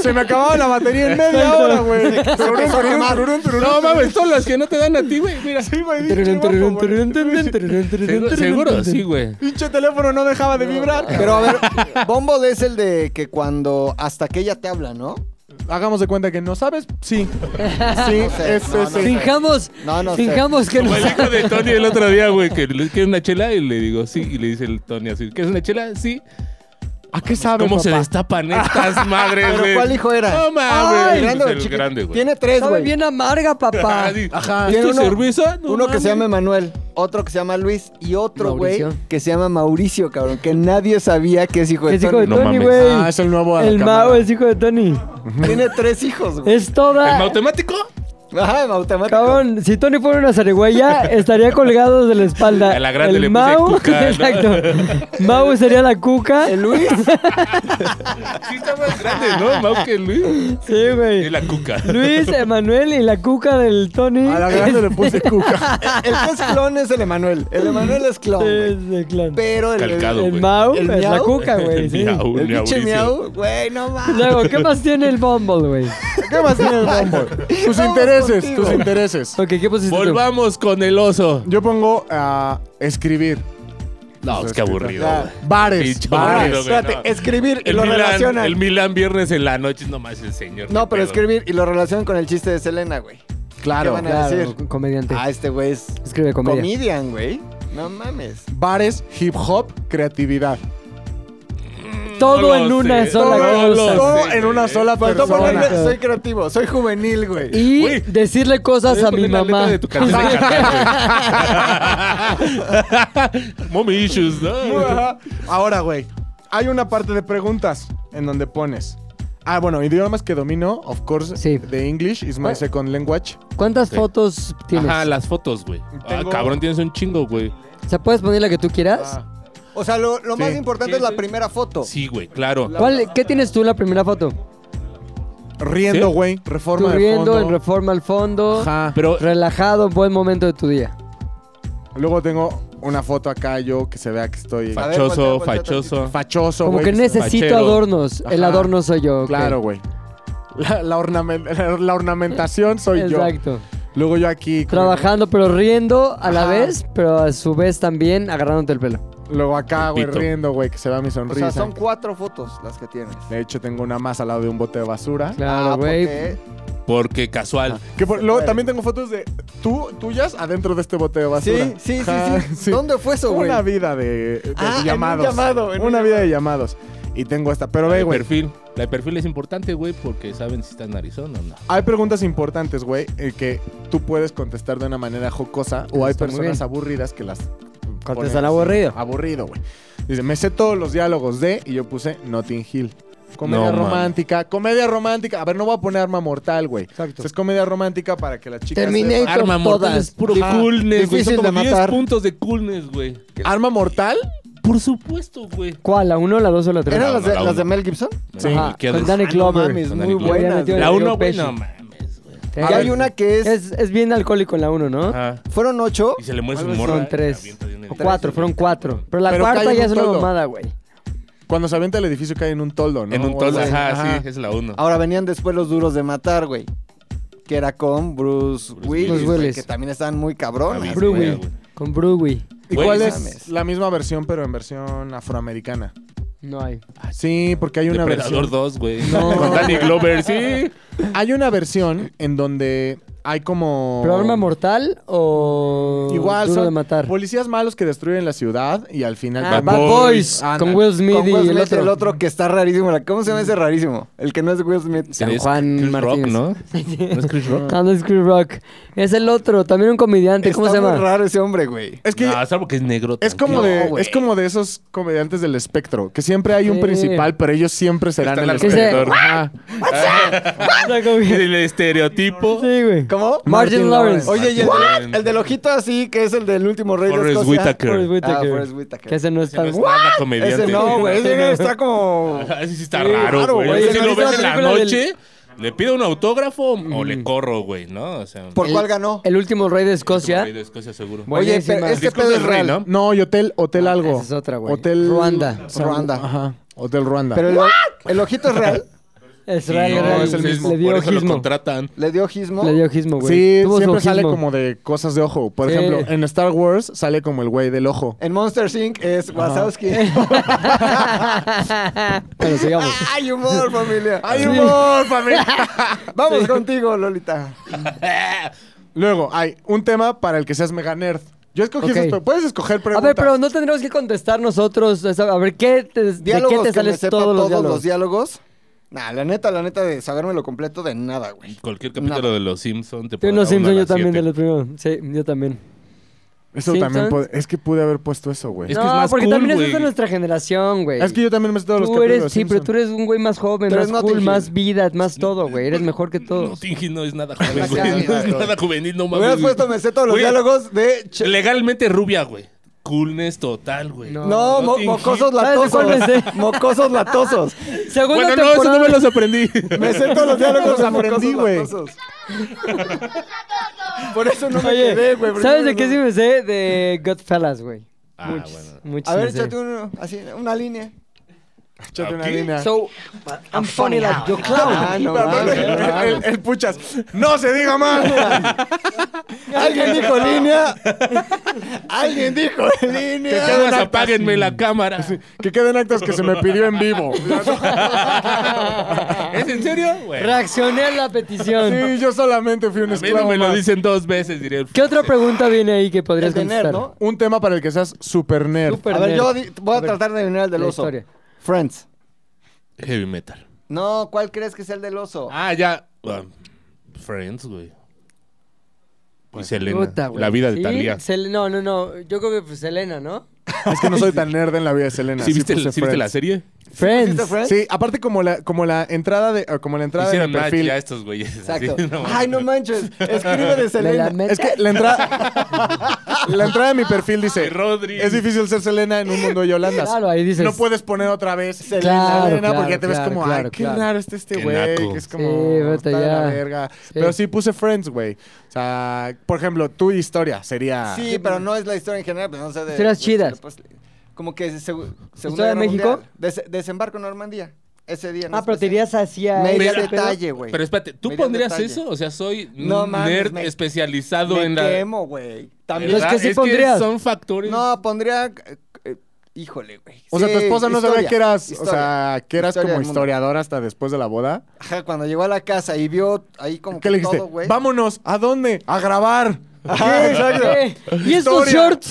Se me acababa la batería en media hora, <laughs> güey. Tururún, empezó a tururún, quemar. tururún, tururún. No mames, son las que no te dan a ti, güey. Mira, Sí, güey, dije, Tururún, qué guapo, tururún, güey. tururún, tururún, tururún, tururún, seguro, tururún, seguro, tururún. sí, güey. Pinche teléfono no dejaba de vibrar. Pero a ver, Bumble es el de que cuando hasta que ella te habla, ¿no? Hagamos de cuenta que no sabes. <laughs> Sí. Sí, sé, es no, no ese. sé. Fijamos, No, no sé. fijamos que Como el nos- hijo de Tony el otro día, güey, que le quiere una chela y le digo sí. Y le dice el Tony así, ¿quieres una chela? Sí. ¿A qué sabes, ¿Cómo se papá? destapan estas madres, ¿Pero güey? cuál hijo era? No Ay, mames, grande o es el chiquito. grande, güey. Tiene tres, Sabe güey. bien amarga, papá. Ah, <laughs> sí. Ajá. ¿Esto Tiene es uno- cerveza? No uno que se llama mames. Manuel, otro que se llama Luis y otro güey Mauricio. que se llama Mauricio, cabrón, que nadie sabía que es hijo de Es hijo de Tony. No Tony, mames. güey. Ah, es el nuevo. a la el cámara. Mao es hijo de Tony. Tiene tres hijos, güey. Es toda. ¿El matemático? Ajá, automático. Cabrón, si Tony fuera una zarigüeya, estaría colgado de la espalda. A la grande El le puse Mao- cuca, <laughs> ¿no? Exacto. Mao sería la cuca. El Luis, Sí, está más grande, ¿no? Mau que Luis. Sí, Y güey. la cuca. Luis, Emanuel y la cuca del Tony. A la <laughs> grande le puse cuca. el que es clon es el Emanuel. El Emanuel es clon, güey. Es de clan. Pero el, el, Calcado, El güey. Mao El es la Miau. cuca, güey. El sí. Miau. el pinche Mauricio. miau, güey, no mames. Luego, ¿qué más tiene el Bumble, güey? ¿Qué más tiene el Bumble? Tus Vamos intereses, contigo. tus intereses. Ok, ¿qué pusiste tú? Volvamos con el oso. Yo pongo a escribir. No, es que aburrido, Ya. güey. Bares. Pinche bares. aburrido, güey, Ah, Espérate, no. escribir y El lo Milan, relacionan. el Milan viernes en la noche, nomás el señor. No, pero Qué pedo. escribir y lo relacionan con el chiste de Selena, güey. Claro. ¿Qué van a Claro, decir? com- comediante. Ah, este güey es Escribe comedia. comedian, güey. No mames. Bares, hip hop, creatividad. Todo No en lo una sé. sola No lo cosa. sé, Todo güey. en una sola Faltó persona. ponerle, soy creativo, soy juvenil, güey. Y Güey, decirle cosas Voy a mi poner la letra mamá. de tu <laughs> canción de Qatar, güey. <laughs> Mommy issues, ¿no? Ajá. Ahora, güey, hay una parte de preguntas en donde pones. Ah, bueno, idiomas que domino, of course, Sí. the English is my second language. ¿Cuántas Sí. fotos tienes? Ajá, las fotos, güey. Ah, Tengo- cabrón, tienes un chingo, güey. O sea, puedes poner la que tú quieras. Ah, O sea, lo, lo Sí. más importante es la primera foto. Sí, güey, claro. ¿Cuál, ¿Qué tienes tú en la primera foto? Riendo, ¿Sí? güey. Reforma Tú de riendo, en fondo. reforma al fondo. Ajá. Pero Relajado, buen momento de tu día. Luego tengo una foto acá yo que se vea que estoy Fa- fachoso, voltea, voltea fachoso. fachoso, Como güey. que se vea- necesito fachero. adornos. El Ajá. adorno soy yo. ok. Claro, güey. La, la ornamen- <laughs> la- la ornamentación soy yo. Exacto. Luego yo aquí. con- Trabajando, pero riendo a la Ajá. vez, pero a su vez también agarrándote el pelo. Luego acá, güey, Pito. riendo, güey, que se vea mi O sonrisa. sea, son cuatro fotos las que tienes. De hecho, tengo una más al lado de un bote de basura. Claro, Ah, güey. porque- Porque casual. Que por- Se luego puede. también tengo fotos de tú, tuyas adentro de este bote de basura. Sí, sí, sí, Ajá, sí, ¿Dónde fue eso, güey? Una vida de, de Ah, en un llamados. llamado, en un una vida de llamados. Y tengo esta. Pero ve, el güey. perfil. La de perfil es importante, güey, porque saben si estás narizón o no. Hay preguntas importantes, güey, eh, que tú puedes contestar de una manera jocosa o hay Está muy personas bien. aburridas que las Contestan ponen así, aburrido. Aburrido, güey. Dice, me sé todos los diálogos de y yo puse Notting Hill. No, Comedia man. romántica, comedia romántica. A ver, no voy a poner arma mortal, güey. Exacto. Es comedia romántica para que las chicas Terminé. sepan. Arma mortal es puro Ajá. coolness, güey. Difícil Son como de 10 matar. puntos de coolness, güey. Ah, ¿Arma mortal? Por supuesto, güey. ¿Cuál? ¿La 1, la 2 o la 3? ¿Eran No, las, no, de, la las de uno. Mel Gibson? Sí, ¿qué con des- Danny Ah, no Glover. mames, Con muy Danny Glover. Ya buenas. metió el La dedo 1, güey, pecho. no mames, güey. Sí. Y Ah, hay una que es... Es, es bien alcohólico en la 1, ¿no? Ajá. Fueron ocho. Y se le muere su Son morra. y la tres. avienta de un O edificio. cuatro, fueron cuatro. Pero la Pero cuarta cae en ya un es una toldo. mamada, güey. Cuando se avienta el edificio cae en un toldo, ¿no? En un O toldo, algo ajá, así. sí, es la 1. Ahora venían después los duros de matar, güey. Que era con Bruce, Bruce Willis, Willis. Ah, güey, Willis. que también estaban muy cabrones. Bruce güey. Willis. Con Brewy. ¿Y Güey, cuál no es mames. la misma versión, pero en versión afroamericana? No hay. Sí, porque hay una Depredador versión. 2, güey. Este, <laughs> No. Con Danny Glover, sí. Hay una versión en donde hay como. ¿Pero arma mortal o Igual duro son de matar? policías malos que destruyen la ciudad y al final. Ah, Bad Bad Boys. Boys. Ándale. Con Will Smith Con y Will el Smith, otro. el otro que está rarísimo. la- ¿Cómo se llama ese rarísimo? El que no es Will Smith. San Es Juan Chris Martínez. Rock, ¿no? ¿No es Chris Rock? Ah, no es Chris Rock. Es el otro, también un comediante. ¿Cómo Está se muy llama? raro ese hombre, güey. Es que. Ah, no, salvo que es negro. es como, tranquilo. de, güey. es como de esos comediantes del espectro, que siempre hay un Sí. principal, pero ellos siempre serán Está el la Ese- espectro. alrededor. Ajá. <laughs> <laughs> El estereotipo. Sí, güey. ¿Cómo? Martin Lawrence. Oye, y el, Martin. el del ojito así, que es el del último rey de Forrest Escocia. Whitaker. Forrest Ah, Whitaker. Forrest Whitaker. Que ese no está. Ese no es nada comediante. Ese no, güey. Ese está como... Ah, <laughs> Ese sí está Sí, raro, raro, güey. güey. Ese Ese no si lo es ves la en la película noche, le pido un autógrafo o le corro, güey, ¿no? O sea, ¿Por El- cuál ganó? El último rey de Escocia. De Escocia, seguro. Oye, Buenísima. pero este Discurso pedo del es rey, real. ¿no? No, y hotel, hotel algo. Ah, esa es otra, güey. Hotel Ruanda. Ruanda. Ajá. Hotel Ruanda. Pero el, el ojito <laughs> es real. Es Sí, real, no, real. es el sí, mismo. Le dio Por eso lo ojismo. contratan. Le dio gismo. Le dio gismo, güey. sí, Tuvo su siempre sale ojismo. como de cosas de ojo. Por Sí. ejemplo, en Star Wars sale como el güey del ojo. En Monster Inc. es <laughs> Wazowski. <laughs> Bueno, <laughs> sigamos. ¡Ay, humor, familia! ¡Hay Sí. humor, familia! <laughs> Vamos contigo, Lolita. Luego, hay un tema para el que seas mega nerd. Yo escogí Ok. esas pre- Puedes escoger A preguntas. ver, pero no tendremos que contestar nosotros. o sea, A ver, ¿qué te- ¿de qué Diálogos te que me sales sepa todos los diálogos? diálogos. Nah, la neta, la neta de sabérmelo completo de nada, güey. Cualquier capítulo No. de Los Simpsons te Yo no dar una Simpson, a yo las también de siete. los primeros. Sí, yo también. Eso Simpsons. también puede- Es que pude haber puesto eso, güey. Es Es, que no, más porque cool, también güey. es de nuestra generación, güey. que, yo también me sé todos los Tú capítulos. eres, sí, pero tú eres un güey más joven, Pero más es Notting cool, Hill. más vida, más todo, güey. Eres mejor que No, todos. Tingy no <laughs> es nada joven, Ya, güey. No ya, es ya. nada juvenil, no Me mames. hubieras puesto, me sé todos los Güey, diálogos de... Ch- Legalmente rubia, güey. Coolness total, güey. No. no, mo- Notting mocosos Hill. ¿Sabes de latosos. cuál me sé? <laughs> Mocosos latosos. Segunda Bueno, no, eso temporada. no me <laughs> los aprendí. Me sé todos los diálogos Los de aprendí, aprendí, güey. güey. Por eso no me Oye, quedé, güey. porque ¿sabes no- de qué sí me sé? De Godfellas, güey. Ah, bueno. Muchos A ver, me sé. échate uno, así, una línea. Échate una Ok. <laughs> línea. So, I'm funny like your clown. Ah, <laughs> no, Pero, pero, mames. el, el- el puchas. ¡No se <laughs> diga más! <laughs> Alguien dijo línea. Alguien dijo <laughs> línea. Nada más apáguenme la cámara. que queden actos que se me pidió en vivo. <laughs> ¿Es en serio? Güey. Reaccioné a la petición. Sí, yo solamente fui un A mí no esclavo. me lo más. dicen dos veces, diré. ¿Qué otra pregunta viene ahí que podrías El de contestar? nerd, ¿no? Un tema para el que seas super nerd. <laughs> Súper a ver, nerd. yo di- voy a tratar de adivinar el del La oso. historia. Friends. Heavy metal. No, ¿cuál crees que es el del oso? Ah, ya. Um, Friends, güey. Y Selena. Pues, Puta, güey. la vida de Sí, Talía. Sel- pues, no, no, no. Yo creo que fue Selena, ¿no? Es que no soy tan nerd en la vida de Selena. ¿Sí viste, puse sí viste la Friends. serie? ¿Viste Friends. Friends? Sí, aparte como la, como la entrada de o como la entrada de Hicieron mi match perfil. ya estos güeyes. Exacto. Sí, <laughs> no mames. Ay, no manches. <laughs> Escribe Me de la Selena. met- Es que la entrada <laughs> <laughs> la entrada de mi perfil Ay, dice Rodri. es difícil ser Selena en un mundo de Yolandas. Claro, ahí dices. No puedes poner otra vez Selena, Claro, Selena, claro, porque ya te ves claro, como, claro, ay, qué claro. raro está este Qué güey, naco. que es como, Sí, vete está de ya. la verga. Pero sí puse Friends, güey. O sea, por ejemplo, tu historia sería... Sí, pero no es la historia en general, pues no sé de. Historias de- chidas. de- pues, como que se, Segunda ¿Historia de Guerra México? Mundial. Des- desembarco en Normandía. Ese día. en Ah, pero te especial. irías hacia. Me iría ese de pedo. detalle, güey. Pero espérate, ¿tú Mira el pondrías detalle. eso? O sea, soy No mames, nerd me- especializado Me en la. quemo, Pues güey. También. ¿Verdad? Pues Es que sí pondrías. son factores. No, pondría. eh, eh, híjole, güey. O sea, Sí, tu esposa no sabía historia, que eras, o historia. sea, que eras Historia como del mundo. historiadora hasta después de la boda. Ajá, cuando llegó a la casa y vio ahí como ¿Qué que le dijiste? todo, güey. Vámonos, ¿a dónde? A grabar. ¿Qué? ¿Qué? ¿Y estos Historia. <laughs> shorts?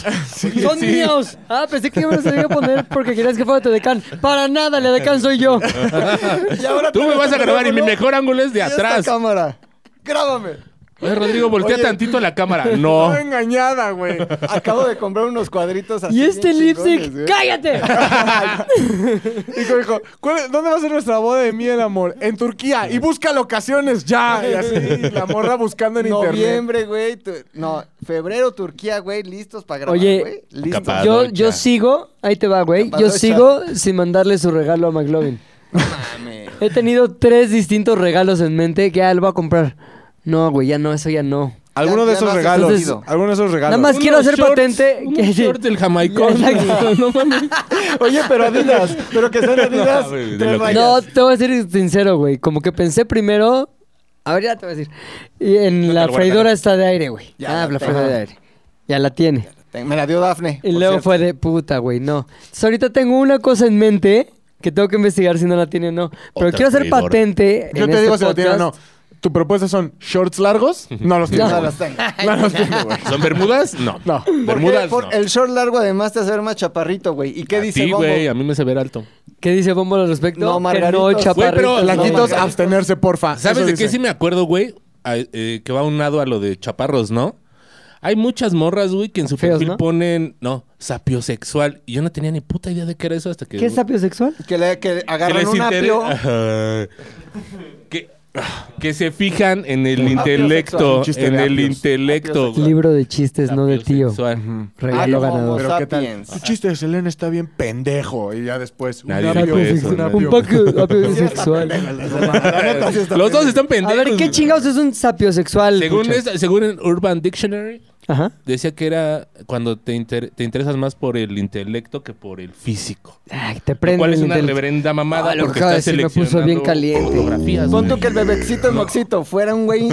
Son sí. míos. Ah, pensé que me los tenía que poner porque querías que fuera Tedecan. Para nada, el Tedecan soy <laughs> yo. Y ahora <laughs> Tú me tienes vas tu a grabar y mi teléfono mejor ángulo es de y esta atrás. cámara. Grábame. Oye, Rodrigo, voltea Oye. tantito <laughs> la cámara. No. Estaba engañada, <laughs> güey. Acabo de comprar unos cuadritos así. Y este bien chingones, ¿eh? lipstick, güey. cállate. Dijo, dijo, "¿Cuál- ¿dónde va a ser nuestra boda de miel, amor? En Turquía. Y busca locaciones ya. Y así, y la morra buscando en internet. Noviembre, güey. tu- No, febrero, Turquía, güey. Listos para grabar, Oye, güey. Listos. Capaz. Yo, Padocha. yo sigo, ahí te va, güey. Yo Padocha. sigo sin mandarle su regalo a McLovin. No mames. He tenido tres distintos regalos en mente que ah, lo voy a comprar. No, güey, ya no, eso ya no. Alguno Ya- de ya esos no has regalos. decidido. Alguno de esos regalos. Nada más Unos quiero hacer shorts, patente unos que- shorts del <laughs> jamaicón. Exacto. No mames. Oye, pero Adidas. Pero que sean Adidas. No, güey, de tres lo que- rayas. No, te voy a ser sincero, güey. Como que pensé primero. A ver, ya te voy a decir. Y en No te la lo guardas. freidora está de aire, güey. Ya ah, la la tengo. freidora de aire. Ya la tiene. Te- Me la dio <laughs> Dafne. Y luego fue de puta, güey, no. Entonces, ahorita tengo una cosa en mente que tengo que investigar si no la tiene o no. Pero Otra quiero hacer freidora. patente. Yo en te este digo si lo tienen o no. podcast. ¿Tu propuesta son shorts largos? No los No, tiene. no güey. las tengo. <laughs> No los tiene, güey. ¿Son bermudas? No. No. Bermudas. Porque no. por- El short largo además te hace ver más chaparrito, güey. ¿Y qué A dice ti, Bombo? güey, a mí me se ver alto. ¿Qué dice Bombo al respecto? No, Que margaritos. No, Güey, chaparrito. pero- la No, Flaquitos, Margarita. abstenerse, porfa. ¿Sabes Ah, Eso de qué dice. sí me acuerdo, güey? A- eh, que va unado a lo de chaparros, ¿no? Hay muchas morras, güey, que en su Feos, perfil ¿no? ponen, no, sapiosexual. Y yo no tenía ni puta idea de qué era eso hasta que. ¿Qué es sapio sexual? Que, le, que que agarran les un intere- apio. Ajá. que, que se fijan en el Apio sexual. intelecto. Un chiste En de el apios. intelecto. güey. Libro de chistes, no de tío. Sapiosexual. Regalo Ay, no, ganador. Pero qué tal. Sapiens. Tu chiste de Selena está bien pendejo. Y ya después. un Nadie apio, dijo eso, un nadie. apio. Un poco <laughs> apio sexual. <laughs> Los dos están A pendejos. ver, ¿qué güey. chingados es un sapio sexual? Según, esta- según en Urban Dictionary, Ajá. decía que era cuando te, inter- te interesas más por el intelectual que por el físico. Ay, te Lo prende cual el es una intel- reverenda mamada Ah, lo porque acaba de está decir, me puso bien seleccionando caliente. fotografías, Pon tú güey. que el bebecito Moxito fuera un güey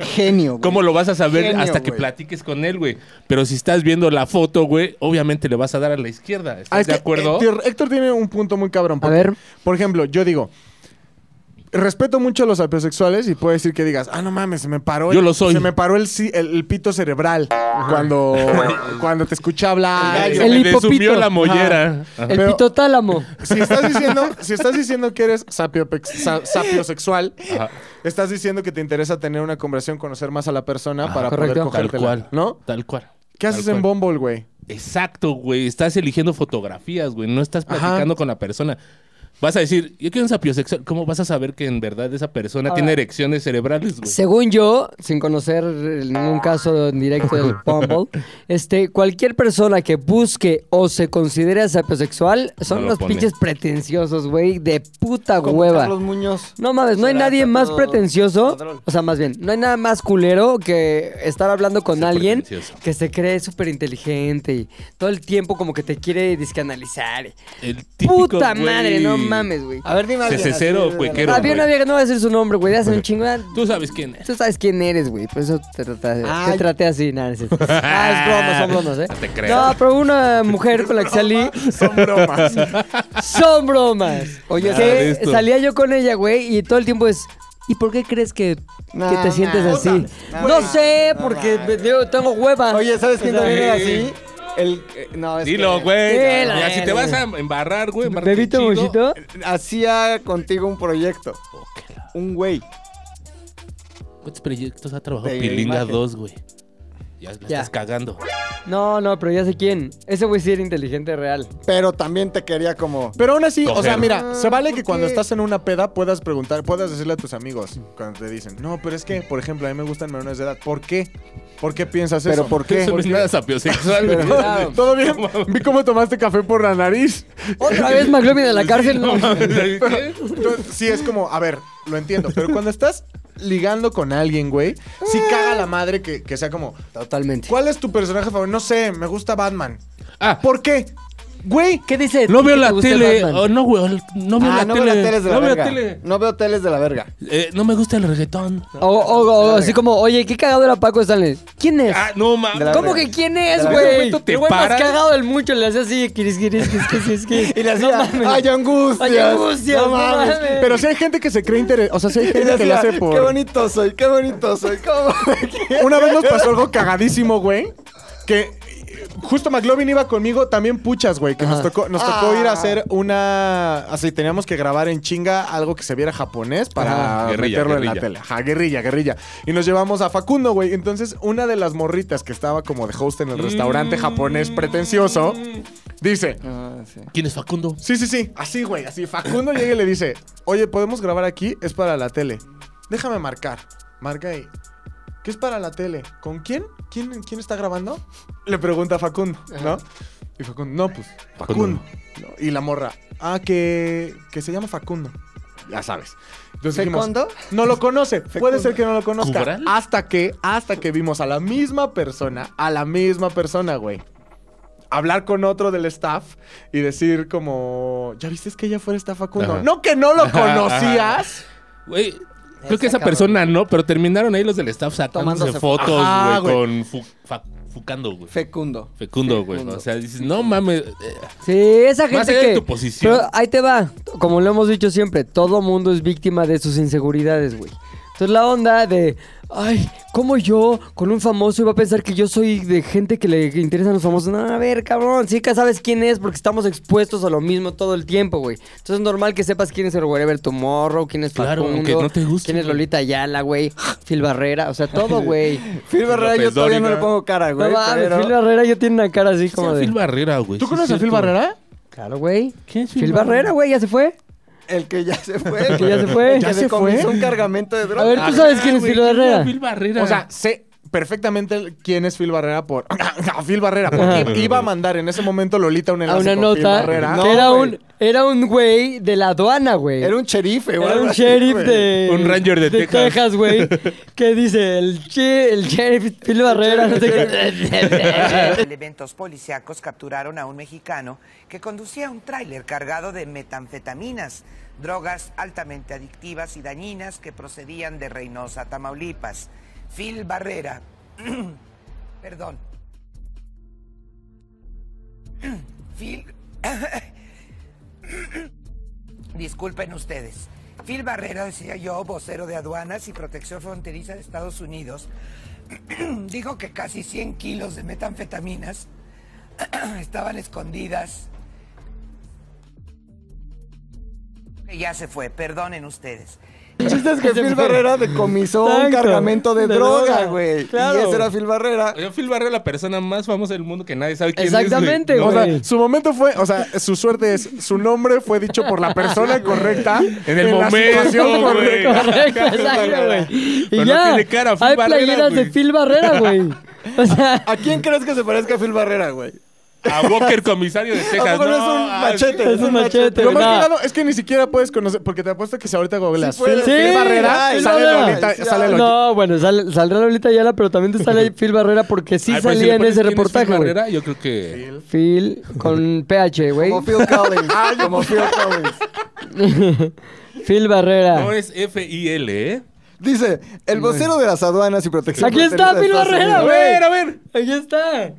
genio. güey. ¿Cómo lo vas a saber Genio, hasta que güey. platiques con él, güey? Pero si estás viendo la foto, güey, obviamente le vas a dar a la izquierda. ¿Estás Ah, es de que eh, acuerdo? Héctor, Héctor tiene un punto muy cabrón. A porque, ver, Por ejemplo, yo digo, respeto mucho a los apiosexuales y puedo decir que digas, ah, no mames, se me paró. el- Yo lo soy. Se me paró el, ci- el- el pito cerebral <laughs> cuando, cuando te escuché hablar. Ay, El se me hipopito. desumió la mollera. Ajá. el Pero- pitotálamo. Si estás diciendo, si estás diciendo que eres sapiopex- sa- sapiosexual, Ajá. estás diciendo que te interesa tener una conversación, conocer más a la persona Ajá, para Ah, correcto. poder Tal cogértela, cual. ¿no? Tal cual. ¿Qué Tal haces cual. en Bumble, güey? Exacto, güey. Estás eligiendo fotografías, güey. No estás Ajá. platicando con la persona. Vas a decir, yo quiero un sapiosexual. ¿Cómo vas a saber que en verdad esa persona tiene erecciones cerebrales, güey? Pues, Según yo, sin conocer eh, ningún caso en directo <laughs> del Bumble, este, cualquier persona que busque o se considere sapiosexual son No lo unos pone. pinches pretenciosos, güey, de puta Como hueva. Carlos Muñoz. No mames, no hay Será nadie más todo pretencioso, control. o sea, más bien, no hay nada más culero que estar hablando con Ser alguien pretencioso. que se cree súper inteligente y todo el tiempo como que te quiere discanalizar. El típico, puta madre, güey, no mames, güey. A ver, dime alguien así, Cecero, de- de- güey, de- que era- Había una güey. vieja, no voy a decir su nombre, güey, <laughs> hace un chingo. Tú sabes quién es. Tú sabes quién eres, güey. Por eso te traté, te Ay. traté así, nada. no es cierto. Ah, es broma, son bromas, ¿eh? No <laughs> te creo. No, pero una mujer con la que <laughs> salí. Son <laughs> bromas. Son bromas. Oye, Nada de Que esto. salía yo con ella, güey, y todo el tiempo es. ¿Y por qué crees que, No, que te no, sientes no, así? no, No, no, sé, no, porque no, me- yo tengo hueva. Oye, ¿sabes quién O sea, también era sí. así? El, eh, no, es Dilo, que- güey. Sí, la Mira, si te verga, vas a güey. embarrar, güey. embárrate ¿Bebito chido. mochito? Oh, Hacía contigo un proyecto. Un güey. ¿Cuántos proyectos Este ha trabajado De Pilinga imagen. 2, güey? Ya la Ya. estás cagando. No, no, pero ya sé quién. Ese güey sí era inteligente real. <laughs> Pero también te quería como. Pero aún así, o sea, Coger. mira, se vale ¿por que cuando qué? estás en una peda puedas preguntar, puedas decirle a tus amigos cuando te dicen, no, pero es que, por ejemplo, a mí me gustan menores de edad. ¿Por qué? ¿Por qué Ah, piensas ¿Pero eso? por <laughs> qué? Eso no es nada sapiosexual. ¿verdad? Claro. ¿Todo bien? Vi cómo tomaste café por la nariz. Otra vez McLovin a la cárcel. <laughs> No no. mames, ¿sabes qué? Entonces, sí, es como, a ver, lo entiendo, pero cuando estás ligando con alguien, güey, sí caga la madre que, que sea como, Totalmente. ¿cuál es tu personaje favorito? No sé, me gusta Batman. Ah, ¿Por qué? Güey, ¿Qué dice? no veo ¿Te la gusta el tele. Batman? Oh, no, güey. No veo Ah, la no veo tele. las teles de la no veo verga. la tele. No veo teles de la verga. Eh, no me gusta el reggaetón. O, o- o- o así como, oye, qué cagado era Paco Stanley. ¿Quién es? Ah, no mames. De la ¿Cómo verga. que quién es, la verga. En güey? ese momento te El güey más paras. cagado del mucho le hace así, quiris, quiris, quiris, quiris, quiris. Y le No hacía, "Ah, mames. ¡ay, angustias! Ay, angustias, ¡No mames! pero si hay gente que se cree interesante, o sea, si hay Y gente le que lo hacía, ¡Qué hace por... bonito soy! ¡Qué bonito soy! ¿Cómo? <laughs> Una vez nos pasó algo cagadísimo, güey. Que eh, justo McLovin iba conmigo, también puchas, güey. Que nos tocó, nos tocó ir a hacer una. Así teníamos que grabar en chinga algo que se viera japonés para Ajá. Guerrilla, meterlo en la guerrilla. tele. Ajá, guerrilla, guerrilla. Y nos llevamos a Facundo, güey. Entonces, una de las morritas que estaba como de host en el restaurante japonés pretencioso dice. Ah, sí. ¿Quién es Facundo? Sí, sí, sí. Así, güey. Así. Facundo llega y le dice: Oye, ¿podemos grabar aquí? Es para la tele. Déjame marcar. Marca ahí. ¿Qué es para la tele? ¿Con quién? ¿Quién, quién está grabando? Le pregunta a Facundo, ¿no? Y Facundo, no, pues, Facundo. Facundo. ¿no? Y la morra, ah, que, que se llama Facundo. Ya sabes. Entonces dijimos, ¿Fecundo? no lo conoce. Puede ser que no lo conozca. ¿Cubral? Hasta que, hasta que vimos a la misma persona, a la misma persona, güey. Hablar con otro del staff y decir como, ¿ya viste es que ella fuera está Facundo? Ajá. No que no lo <laughs> Ajá, ajá. conocías. Güey. Creo Ese que esa cabrón. persona no, pero terminaron ahí los del staff sacándose Tomándose fotos, Ajá, güey, con fu fa- Fucando, güey. Fecundo. Fecundo, güey. Fecundo. O sea, dices, no mames. eh, Sí, esa gente allá de que... tu posición. Pero ahí te va. Como lo hemos dicho siempre, todo mundo es víctima de sus inseguridades, güey. Entonces la onda de... Ay, ¿cómo yo con un famoso iba a pensar que yo soy de gente que le interesan los famosos? No, a ver, cabrón, sí que sabes quién es porque estamos expuestos a lo mismo todo el tiempo, güey. Entonces es normal que sepas quién es el Wherever Tomorrow, quién es Claro, Facundo, aunque no te guste, quién es güey. Lolita Ayala, güey, <gasps> Phil Barrera, o sea, <laughs> todo, güey. Phil Barrera yo López todavía no Dóriga. le pongo cara, No güey. mames, pero- Phil Barrera yo tiene una cara así o sea, como de... Phil Barrera, güey. ¿Tú sí conoces es a Phil cierto. Barrera? Claro, güey. ¿Quién es Phil Barrera, güey, ya se fue. El que ya se <laughs> fue. que ya se fue. Que ¿Ya me se fue? comenzó un cargamento de droga. Ah, A ver, ¿tú sabes quién es güey, Phil Barrera? Phil Barrera. O sea, sé perfectamente el- quién es Phil Barrera por... <laughs> Phil Barrera, porque iba a mandar en ese momento Lolita un Ah, a enlace una con Phil nota Barrera. que era No, un era un güey de la aduana, güey. Era un eh, sherife, güey. Era un sheriff de Un ranger de Texas. güey, <laughs> que dice el che- el sheriff Phil Barrera, no sé <laughs> qué. Elementos policíacos capturaron a un mexicano que conducía un tráiler cargado de metanfetaminas, drogas altamente adictivas y dañinas que procedían de Reynosa, Tamaulipas. Phil Barrera, <clears throat> perdón. <clears throat> Phil, <clears throat> Disculpen ustedes. Phil Barrera, decía yo, vocero de aduanas y protección fronteriza de Estados Unidos, <clears throat> dijo que casi 100 kilos de metanfetaminas <clears throat> estaban escondidas. Ya se fue, perdonen ustedes. El chiste es que Phil Barrera decomisó un Exacto. cargamento de, De droga, droga, güey. claro. Y ese era Phil Barrera. Oye, Phil Barrera, la persona más famosa del mundo que nadie sabe quién Exactamente, es. O güey. sea, su momento fue, o sea, su suerte es, su nombre fue dicho por <laughs> la persona correcta En el la momento, situación güey. correcta. <laughs> Correcto, exacto, güey. Pero Y no ya. tiene cara, Phil Hay Barrera, playeras de güey. Ah, Phil Barrera, <laughs> güey. O sea, ¿A quién crees que se parezca a Phil Barrera, güey? güey. A Walker, comisario de ¿A Texas. poco no es un ah, machete? es un machete. Lo más nada. cagado es que ni siquiera puedes conocer, porque te apuesto que si ahorita googleas Sí Phil, puedes. Phil Sí, Barrera, Phil sale Barrera. Lolita, Sí, sale ya. Lolita. No, bueno, sal- saldrá Lolita Ayala, pero también te <laughs> sale Phil Barrera porque sí Ay, pero si salía le en pones ese quién es Phil reportaje, güey. Barrera, yo creo que. Phil <laughs> con PH, güey. Como Phil Collins. Ah, como Phil Collins. Phil Barrera. No es F-I-L, ¿eh? Dice, el vocero de las aduanas y protección. Aquí está fronteriza de Phil Estados Barrera, Unidos. güey. a ver. Aquí está.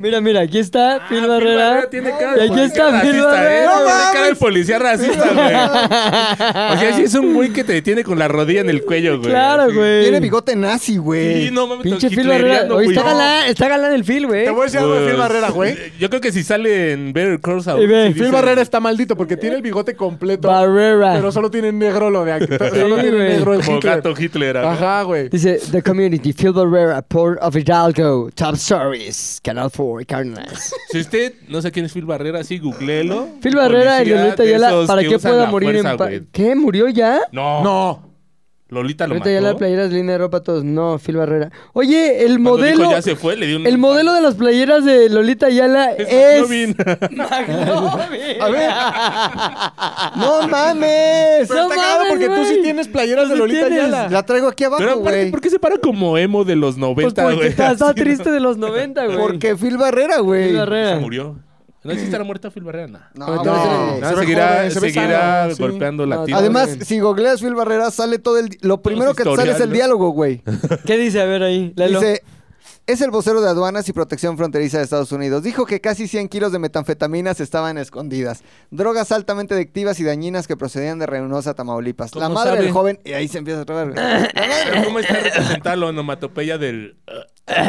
Mira, mira, aquí está Phil Ah, Phil Barrera. Barrera tiene cara de y aquí policía está Phil racista, ¿eh? Barrera. Tiene cara de policía racista, güey. <laughs> O sea, sí es un güey que te detiene con la rodilla en el cuello, güey. Claro, Así. güey. Tiene bigote nazi, güey. Sí, no mames, Pinche Phil hitleriano, Barrera. Oye, güey. está No. galán, está galán el Phil, güey. Te voy a decir algo de Phil Pues, Barrera, güey. Yo creo que si sale en Better Call Saul, Y ve, sí Phil dicen- Phil Barrera está maldito porque tiene el bigote completo. Barrera. Pero solo tiene negro lo de aquí. Solo Sí, tiene güey. negro el Como Hitler. gato Hitler. ajá. Ajá, güey. Dice The Community, Phil Barrera, Port of Hidalgo, Top Stories, Canal 4, <laughs> Cardinals. Si usted no sé quién es Phil Barrera, sí, googleelo. Phil Barrera y Policía Lolita de Ayala, esos para que usan pueda la morir fuerza, en paz. güey. ¿Qué? ¿Murió ya? No, No. Lolita lo Ahorita ya la mató. playeras línea de ropa todos. No, Phil Barrera. Oye, el Cuando modelo. dijo ya se fue, le dio un... El <laughs> modelo de las playeras de Lolita Ayala Es es. <laughs> McLovin. McLovin. A <laughs> ver. ¡No mames! Pero No está cagado mames, porque tú sí güey. tienes playeras Tú de sí Lolita Pues tienes. Ayala. La traigo aquí abajo, Pero aparte, güey. ¿por qué se para como emo de los Pues 90, porque güey? está, <laughs> está Así, ¿no? triste de los 90, güey. Porque Phil Barrera, Phil güey. Barrera. Se murió. No si estará muerta Phil Barrera, no. No, No, güey. Nada, se ve seguirá joven, se ve seguirá sano, sí. golpeando la No, tierra. eh, Además, si googleas Phil Barrera, sale todo el... di- Lo primero su que te sale es historial, el ¿no? diálogo, güey. ¿Qué dice? A ver ahí. Lalo. Dice, es el vocero de aduanas y protección fronteriza de Estados Unidos. Dijo que casi 100 kilos de metanfetaminas estaban escondidas. Drogas altamente adictivas y dañinas que procedían de Reynosa, Tamaulipas. La ¿Cómo madre del sabe? joven... Y ahí se empieza a trabar, güey. Pero ¿Cómo está representada la onomatopeya del...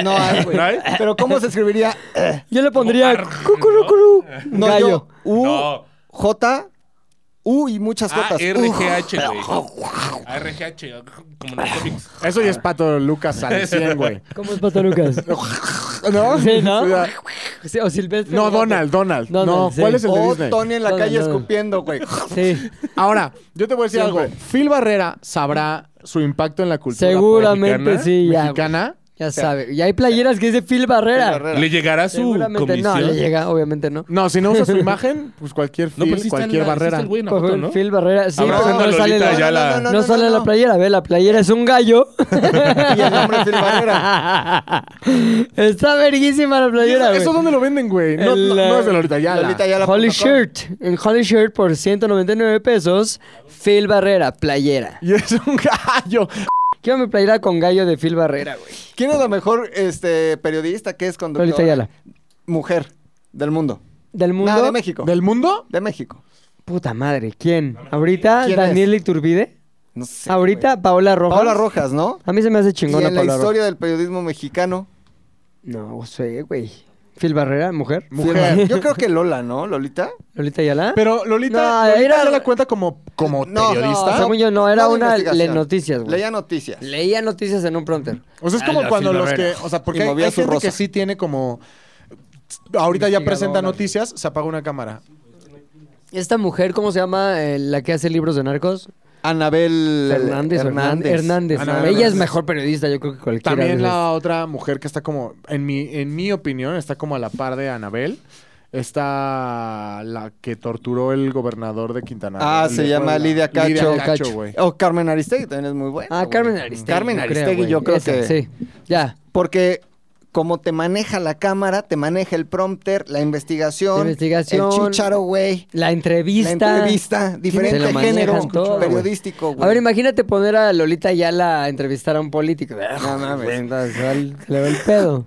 No hay, güey. ¿No hay? Pero ¿cómo se escribiría? Eh, Yo le pondría. cucurucurú. No, Gallo. yo. U, No. J, U y muchas Ah, Jotas. Uf. RGH, güey. Ah, RGH, como en los cómics. Eso ya es pato Lucas <laughs> al 100, güey. ¿Cómo es Pato Lucas? <laughs> ¿No? Sí, ¿no? <laughs> Sí, ah. Sí, o Silvestre. No, Donald, Donald. Donald, no, sí. ¿cuál es el de O Disney? Oh, Tony en la No, no, calle no. escupiendo, güey. Sí. Ahora, yo te voy a decir Siempre. algo. Phil Barrera sabrá su impacto en la cultura Seguramente mexicana, sí, ya. güey. mexicana. Ya sabe. Y hay playeras que dice Phil Barrera. ¿Le llegará su Seguramente comisión? no, le llega, obviamente no. No, si no <laughs> usa su imagen, pues cualquier Phil, No, pero sí está cualquier en la- sí barrera. está el güey en la Por foto, favor, ¿no? Pues, Phil Barrera, sí, Abrazando porque a no Lolita sale, la, Ayala. no, sale la playera, ve, la playera es un gallo. <laughs> Y el nombre es Phil Barrera. <laughs> Está verguísima la ¿Y playera, eso, güey. eso dónde lo venden, güey? No, El, no, no eh, es de Lolita Ayala. Lolita Ayala punto Holy com. Shirt, en Holy Shirt por 199 pesos, Phil Barrera, playera. <laughs> Y es un gallo. Quiero mi playera con gallo de Phil Barrera, güey. ¿Quién es la mejor este, periodista que es conductora? Lolita Ayala. Mujer del mundo. Del mundo. No, de México. ¿Del mundo? De México. Puta madre, ¿quién? ¿Ahorita ¿Quién Daniel Iturbide? No sé. ¿Ahorita Paola Rojas? Paola Rojas, ¿no? A mí se me hace Y en chingona la Paola Rojas. historia del periodismo mexicano. No sé, güey. Phil Barrera, mujer. <laughs> Mujer. Yo creo que Lola, ¿no? Lolita. Lolita Ayala. Pero Lolita, No, Lolita era- Ayala cuenta como, como No, periodista. No, según yo no, era Fue de una investigación. le noticias, güey. Leía noticias. Leía noticias en un prompter. O sea, es Ah, como la cuando Phil los que. Barrera. O sea, porque Y hay, movía hay su gente rosa. que sí tiene como. Ahorita ya presenta Investigadora. noticias, se apaga una cámara. Esta mujer, ¿cómo se llama? eh, la que hace libros de narcos. Anabel Hernández. Hernández. Ah, Hernández. Ana Ella Hernández. es mejor periodista, yo creo que cualquiera. También de esas. la otra mujer que está como, en mi, en mi opinión, está como a la par de Anabel. Está la que torturó el gobernador de Quintana Roo. Ah, se llama Lidia Cacho. Lidia Cacho, güey. O Carmen Aristegui también es muy buena. Ah, güey. Carmen Aristegui. Carmen yo creo, Aristegui, güey. yo creo Esa, que. Sí, ya. Porque como te maneja la cámara, te maneja el prompter, la investigación, La investigación. el chicharo, güey, La la entrevista. entrevista, Te lo diferente manejan género todo, güey. periodístico, güey. A ver, imagínate poner a Lolita Ayala a entrevistar a un político. No mames. Entonces, se va el- se Le va el pedo.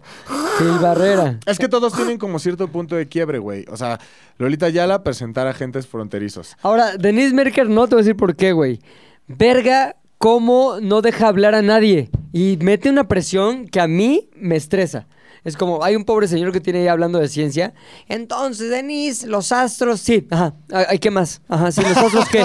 Phil Barrera. Es que todos tienen como cierto punto de quiebre, güey. O sea, Lolita Ayala presentar agentes fronterizos. Ahora, Denise Merker no te voy a decir por qué, güey. Verga, cómo no deja hablar a nadie. Y mete una presión que a mí me estresa. Es como, hay un pobre señor que tiene ahí hablando de ciencia. Entonces, Denise, los astros, sí. Ajá. Ay, ay, ¿qué más? Ajá, sí, los astros, <laughs> ¿qué?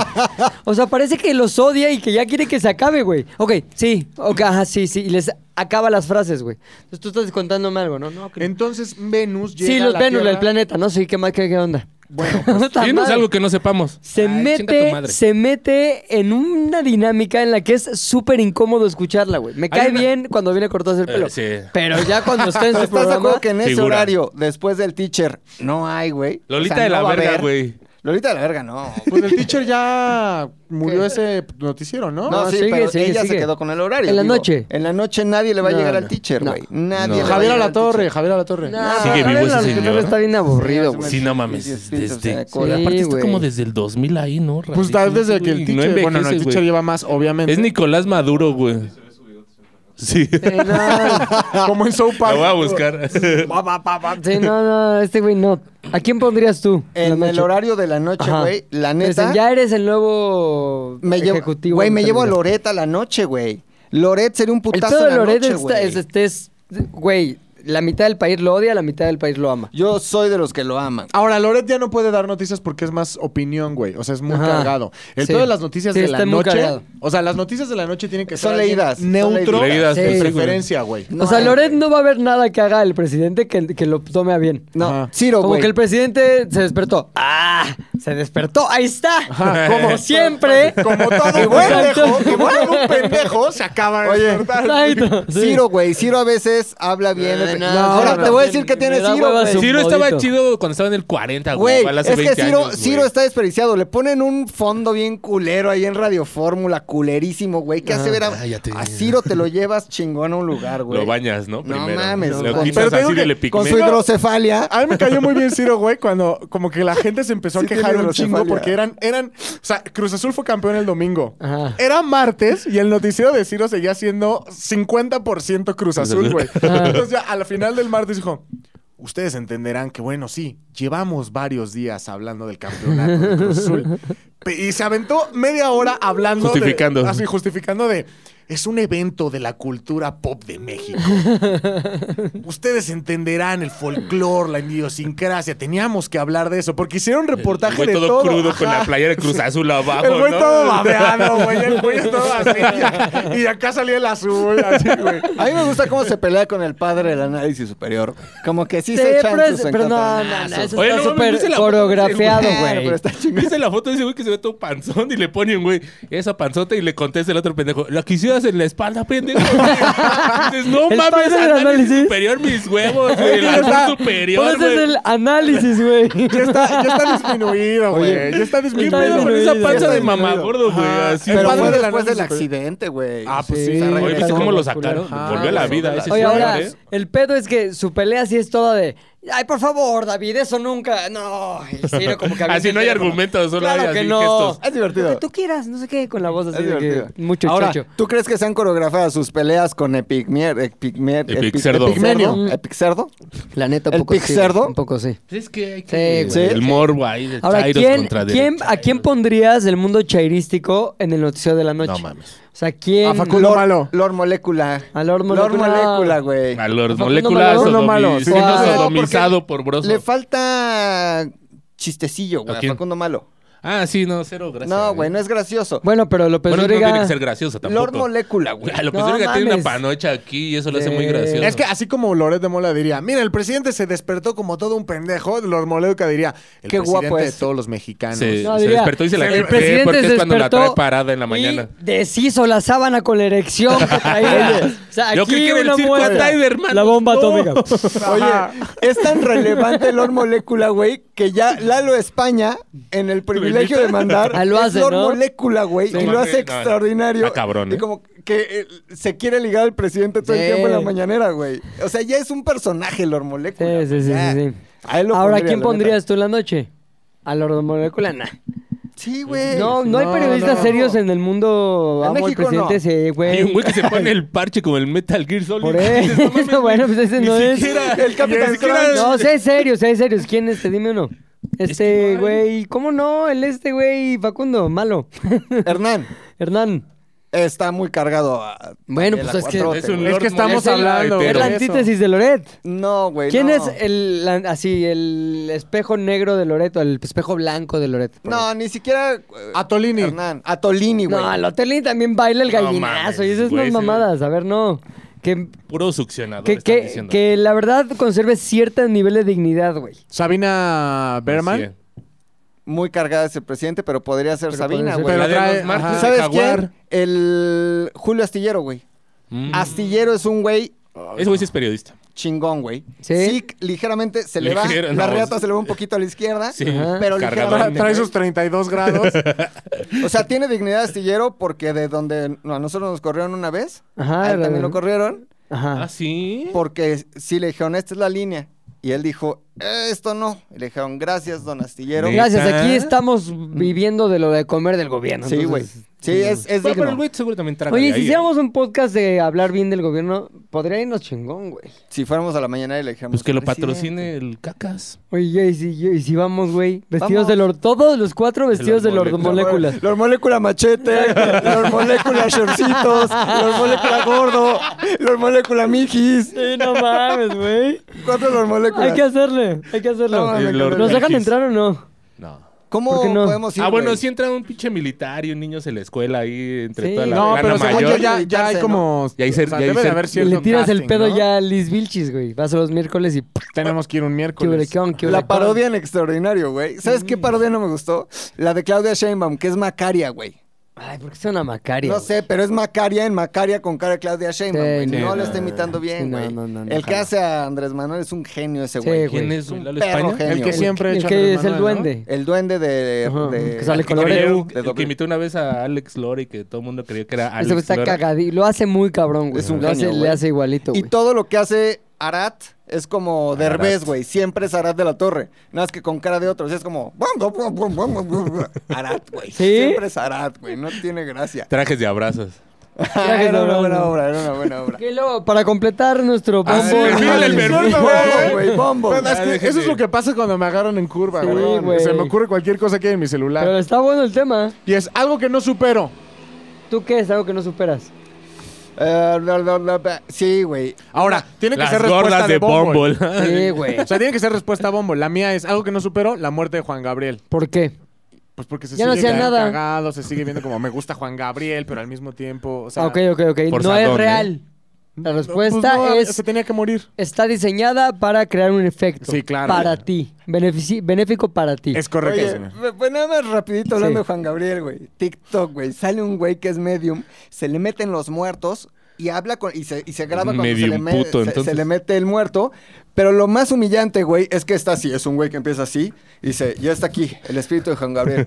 O sea, parece que los odia y que ya quiere que se acabe, güey. Ok, sí. Ok, ajá, sí, sí. Y les acaba las frases, güey. Entonces tú estás contándome algo, ¿no? no que- Entonces Venus llega sí, a los la Venus, Tierra. el planeta, ¿no? Sí, ¿qué más? ¿Qué, qué onda? <laughs> Bueno, pues, Puta Dinos madre. algo que no sepamos. Se, Ay, chinga tu mete, madre. se mete en una dinámica en la que es súper incómodo escucharla, güey. Me cae una- bien cuando viene cortado el Eh, pelo. sí. Pero ya cuando <laughs> está en su Pero ¿Estás de programa... acuerdo que en ese Figura. horario, después del teacher, no hay, güey? Lolita O sea, de la no va a verga, haber. güey. Lolita de la verga, no. pues el teacher ya murió ese noticiero, ¿no? <laughs> No, No, sí, sigue, pero sigue, ella sigue. se quedó con el horario. En la noche. En la noche nadie le va a No, llegar no, al teacher, no. güey. Nadie. No. le va a Javier llegar al Alatorre, teacher. Javier Alatorre. No, Sigue a vivo ver, ese la- señor. ¿eh? pero Está bien aburrido, güey. Sí, no mames. Pinches pinzas de Desde, cola. Sí, aparte está güey. como desde el 2000 ahí, ¿no? Pues Rarísimo, tal vez desde que el güey. No teacher. bueno, no, el envejece, <laughs> teacher güey. lleva más, obviamente. Es Nicolás Maduro, güey. Sí. Eh, no, <laughs> Como en South La <laughs> Park. voy a buscar. <laughs> sí, no, no, este güey no. ¿A quién pondrías tú? En el horario de la noche, Ajá. güey, la Te dicen, neta. ya eres el nuevo me llevo, ejecutivo. Güey, de me llevo a Televisa". Loret a la noche, güey. Loret sería un El putazo pedo en de la Loret noche, está- güey. es, este es- güey, la mitad del país lo odia, la mitad del país lo ama. Yo soy de los que lo aman. Ah, Ahora, Loret ya no puede dar noticias porque es más opinión, güey. O sea, es muy Ajá. cargado. El Sí. pedo de las noticias Sí, de la está muy noche. cargado. O sea, las noticias de la noche tienen que Son ser alguien leídas, son Neutro. leídas. Sí. Sí, de güey. preferencia, güey. o sea, No, Loret güey. no va a haber nada que haga el presidente que, que lo tome a bien. No, Ajá. Ciro, Como güey. que el presidente se despertó. ¡Ah! Se despertó. ¡Ahí está! Como <laughs> <laughs> siempre. <laughs> Como todo buen pendejo, pendejo, como todo pendejo, se acaba de despertar. Exacto. Sí. Ciro, güey. Ciro a veces habla bien. No, no, Ahora no, te no, voy a no, decir que me tiene da Ciro, hueva güey. su- Ciro estaba modito. chido cuando estaba en el 40, güey. Güey, igual hace es que 20 Ciro, años, Ciro güey. está desperdiciado. Le ponen un fondo bien culero ahí en Radio Fórmula, culerísimo, güey. ¿Qué Ah, hace ver a, cállate. a Ciro? Te lo llevas chingón a un lugar, güey. Lo bañas, ¿no? No Primero. mames, Lo con- quitas Pero te así digo de que le Con su Ciro- hidrocefalia. A mí me cayó muy bien Ciro, güey, cuando como que la gente se empezó a Sí quejar tiene un chingo hidrocefalia. porque eran, eran, o sea, Cruz Azul fue campeón el domingo. Ajá. Era martes y el noticiero de Ciro seguía siendo 50% Cruz Azul, güey. Entonces ya al final del martes dijo, ustedes entenderán que bueno, sí, llevamos varios días hablando del campeonato de Cruz Azul. Pe- Y se aventó media hora hablando de- Justificando. así, justificando de... Es un evento de la cultura pop de México. Ustedes entenderán el folclore, la idiosincrasia. Teníamos que hablar de eso porque hicieron reportaje Güey, de todo, todo. crudo con Ajá. la playera de Cruz Azul abajo, El güey ¿no? todo <laughs> babeado, güey. El güey todo así. Y acá salía el azul, así, güey. A mí me gusta cómo se pelea con el padre del análisis superior. güey. Como que sí, Sí, se echan pero, es- sus pero no, no, no, encontronazos. eso Oye, está no mames, ¿viste súper la foto coreografiado, del Claro, güey. pero está chingón. ¿Viste la foto de ese güey que se ve todo panzón y le ponen, güey, esa panzota y le contesta el otro pendejo? La quisieras en la espalda, pendejo. <laughs> Y dices, no El mames, padre del análisis análisis. superior mis huevos, güey, el azul superior, Pero ese es güey. el análisis, <laughs> güey. Ya está, ya está disminuido, güey. Ya está ¿Qué disminuido. pedo con esa disminuido, panza está de disminuido. mamagordo, güey? Ajá. Así, El Pero padre fue del después del análisis superior. accidente, güey. Ah, pues sí. Sí. se Oye, ¿viste regresó. cómo lo sacaron? Ajá, Volvió a la güey. vida ese Oye, señor, ahora, ¿eh? el pedo es que su pelea sí es toda de. Ay, por favor, David, eso nunca. No. Y Ciro como que avienta <laughs> Así el no hay teléfono. argumentos, solo Claro hay que así no. gestos. Es divertido. Lo que tú quieras, no sé qué, con la voz así Es de que divertido. mucho Ahora, chocho. ¿tú crees que se han coreografiado sus peleas con Epigmier, Epigmier, Epic Cerdo. Mm. Epigmenio, Epixerdo? La neta, un ¿El poco sí, Pixardo? cerdo? un poco sí. Pues es que hay Sí, que... güey. Sí, El morbo ahí de Ahora, Chairos ¿quién, contra quién- derechos. ¿a quién pondrías del mundo chairístico en el noticiero de la noche? No mames. O sea, ¿quién? A Facundo Malo. Lord Molecula. A Lord Molecula. Molecula, güey. A los Facundo moléculas Malo. Facundo Malo, sodomi- sí, siendo no, porque sodomizado por broso. Le falta chistecillo, güey, ¿A a quién? Facundo Malo. Ah, sí, no, cero, gracias. no, güey, no es gracioso. Bueno, pues pero López Bueno, no Dóriga- tiene que ser gracioso tampoco. Lord Molecula, güey. Ah, López No Dóriga tiene una mames. panocha aquí y eso lo hace muy Eh, gracioso. Es que así como Loret de Mola diría, mira, el presidente se despertó como todo un pendejo, Lord Moleca diría, el Qué guapo presidente de es. todos los mexicanos. se, No, se diría, despertó y se la el cree presidente porque se es cuando la trae despertó parada en la mañana. Y deshizo la sábana con la erección que <laughs> traía. o sea, Yo aquí creí que era el una circo muestra. Tiger, hermano. La bomba No. <laughs> atómica. Oye, es tan relevante Lord Molecula, güey, que ya Lalo España, en el privilegio de mandar, Ah, <laughs> lo es hace, Lord ¿no? Molecula, güey, Sí, y lo mames, hace no, extraordinario. está cabrón, ¿eh? Y como que eh, se quiere ligar al presidente todo Sí. el tiempo en la mañanera, güey. O sea, ya es un personaje Lord Molecula. Sí, sí, sí, ya. sí, sí. A él lo Ahora, pondría, ¿quién la neta. pondrías tú en la noche? A Lord Molecula, nah. Sí, güey. No, no hay no, periodistas no. serios en el mundo. En Amo al México, presidente, no. sí, Hay un güey. güey que se pone el parche como el Metal Gear Solid. Por Dices, <laughs> no mames, eso, <laughs> bueno, pues ese ni no es. siquiera- El Capitán ni siquiera- Crunch. No, sé serios, sé serios. ¿Quién este? Dime uno. que Este no hay. güey, ¿cómo no? El este güey, Facundo, malo. <laughs> Hernán Hernán. está muy cargado. a- Bueno, de pues la es que- cuatrote, Es un güey. Lord que estamos Molecula hablando, Es hetero. la eso. antítesis de Loret. No, güey. ¿Quién no. es eh? el la- así el espejo negro de Loret o el espejo blanco de Loret? por No, ni siquiera. eh, Atolini. Hernán. Atolini, ejemplo? güey. no, el Otelín también baila el No gallinazo y mames, esas güey, unas ese- mamadas. A ver, no. Que, Puro succionador. que, están que- diciendo. que la verdad conserve cierto nivel de dignidad, güey. Sabina Berman. Sí. eh. Muy cargada ese presidente, pero podría ser Pero Sabina, podría ser- güey. Pero La de trae- los martes ajá. de ¿Sabes Jaguar. quién? El Julio Astillero, güey. Mm. Astillero es un güey Ese güey sí es periodista. chingón, güey. Sí. Sí. ligeramente se le Ligero, va. La no, reata sí. se le va un poquito a la izquierda. Sí. Pero Cargadón. Tra- ligeramente. Trae sus 32 grados. güey. O sea, tiene dignidad Astillero porque de donde a nosotros nos corrieron una vez, Ajá, a él la- también lo corrieron. Ajá. Ah, sí. Porque si le dijeron, esta es la línea. Y él dijo, "Eh, esto no. Y le dijeron, gracias, don Astillero. Neta. Gracias, aquí estamos viviendo de lo de comer del gobierno. Sí, güey. entonces- Sí, es, es Bueno, pero digno. el güey seguro también traga Oye, de si ahí, ¿eh? hiciéramos un podcast de hablar bien del gobierno, podría irnos chingón, güey. Si fuéramos a la mañana y le dijéramos... Pues que lo "Presidente". patrocine el cacas. Oye, y si, y si vamos, güey, vestidos Vamos. de Lord, todos los cuatro vestidos de Lord Lordmolécula. Moléculas. Los molécula machete, los molécula shortcitos, los molécula gordo, los molécula mijis. <laughs> Sí, no mames, güey. ¿Cuántos los moléculas? Hay que hacerle, hay que hacerlo. No, El Lord ¿Nos dejan Mijis. entrar o no? No. ¿Cómo ¿Por qué no? podemos ir? ah, bueno, güey? si entra un pinche militar y un niño se la escuela ahí entre Sí. toda la No, plana pero según mayor. yo ya, ya hay ¿no? como... Y ahí se- o sea, y ahí debe se- de haber Y cierto le tiras el casting, pedo ¿no? ya a Liz Vilchis, güey. Vas a los miércoles y... ¿Qué Tenemos que ir un huele, miércoles. qué on, qué huele, La qué on? parodia en extraordinario, güey. ¿Sabes Mm. qué parodia no me gustó? La de Claudia Sheinbaum, que es Macaria, güey. Ay, ¿por qué suena Macaria? No güey? sé, pero es Macaria en Macaria con cara de Claudia Sheinbaum, Sí, güey. sí, no no, la está imitando sí, bien, no, güey. no, no, no, El que jamás. hace a Andrés Manuel es un genio ese, Sí, güey. güey. ¿Quién es? güey? ¿Lalo perro España? genio. El que El- siempre el echa que Andrés es el Manuel, ¿no? duende. El duende de... Ajá, de- que sale de con Que Loreo. creyeron- de el que doble. imitó una vez a Alex Lora y que todo el mundo creía que era Alex Ese güey está Lora. cagadito. Lo hace muy cabrón, güey. Es un Lo hace, genio, le güey. hace igualito, Y güey. todo lo que hace Arat es como Arat. Derbez, güey. Siempre es Arat de la Torre. Nada más que con cara de otros. Es como... Arat, güey. ¿Sí? Siempre es Arat, güey. No tiene gracia. Trajes de abrazos. era una buena obra, era una buena obra. Que luego, para completar nuestro Ah, bombo... sí, mira el Disculpa, perfil, Bombo, <laughs> güey. güey, bombo. Pero Pues, es Ya, que déjenme. eso es lo que pasa cuando me agarran en curva, Sí, güey. güey. Se me ocurre cualquier cosa que hay en mi celular. Pero está bueno el tema. Y es algo que no supero. ¿Tú qué es algo que no superas? Eh, la, la, la, la, sí, güey. Ahora, tiene que Las ser respuesta gordas de, de Bumble. Bumble. <laughs> Sí, güey. O sea, tiene que ser respuesta a Bumble. La mía es algo que no supero, la muerte de Juan Gabriel. ¿Por qué? Pues porque se Ya no sigue hacía quedando nada. cagado, se sigue viendo como me gusta Juan Gabriel, pero al mismo tiempo, o sea, Ah, ok, ok, ok. No por Sandón, es ¿eh? real. La no, pues respuesta no, es... se tenía que morir. Está diseñada para crear un efecto. Sí, claro. Para ti. Benefici- Benéfico para ti. <laughs> Es correcto, Oye, señor. me- pues nada más rapidito hablando Sí. de Juan Gabriel, güey. TikTok, güey. Sale un güey que es medium, se le meten los muertos y habla con, y, se, y se graba cuando se Medium le, me- puto, se- se, entonces. le mete el muerto. Pero lo más humillante, güey, es que está así. Es un güey que empieza así y dice, ya está aquí, el espíritu de Juan Gabriel.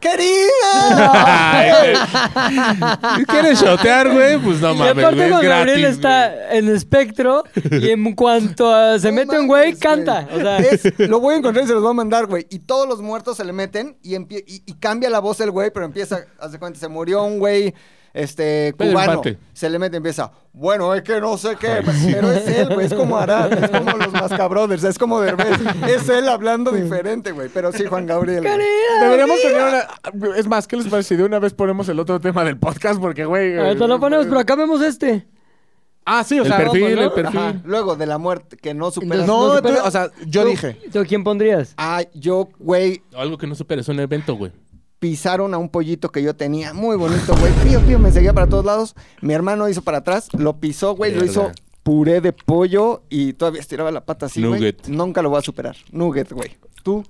¡Querida! Ah, Ay, güey. ¿Quieres shotear, güey? Pues no Y mames, aparte güey. Es Juan Gabriel gratis, está en espectro y en cuanto <laughs> a- se No mete un mames, güey, canta. O sea, <laughs> Es- lo voy a encontrar y se los voy a mandar, güey. Y todos los muertos se le meten y, empie- y, y cambia la voz del güey, pero empieza, haz de cuenta, se murió un güey este, Pedro cubano. Infante. Se le mete y empieza, bueno, es que no sé qué, pero es él, güey. Es como Arad, es como los Mascabrothers, es como Derbez. Es él hablando diferente, güey. Pero sí, Juan Gabriel. güey. Deberíamos tener una es más, ¿qué les parece si de una vez ponemos el otro tema del podcast porque güey? ahorita Ah, lo ponemos, pero acá vemos este. Ah, sí, o güey. El sea, perfil, ¿no? el perfil. Ajá. Luego de la muerte, que no supera. Entonces, No, supera- tú- o sea, yo ¿Tú- dije. ¿Tú quién pondrías? Ah, yo, güey, Algo que no supera, es un evento, güey. pisaron a un pollito que yo tenía, muy bonito, güey. Pío, pío, me seguía para todos lados. Mi hermano hizo para atrás, lo pisó, güey, lo Verga. hizo puré de pollo y todavía estiraba la pata así, güey. Nugget. Nunca lo voy a superar. Nugget, güey. Tú.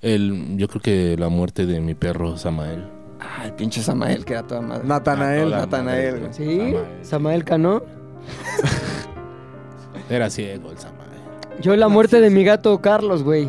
El, yo creo que la muerte de mi perro Samael. Ay, pinche Samael, que era toda madre. Natanael, Ah, toda Natanael, madre, güey. ¿Sí? Samael. Samael Cano. Era ciego el Samael. Yo la muerte de mi gato Carlos, güey.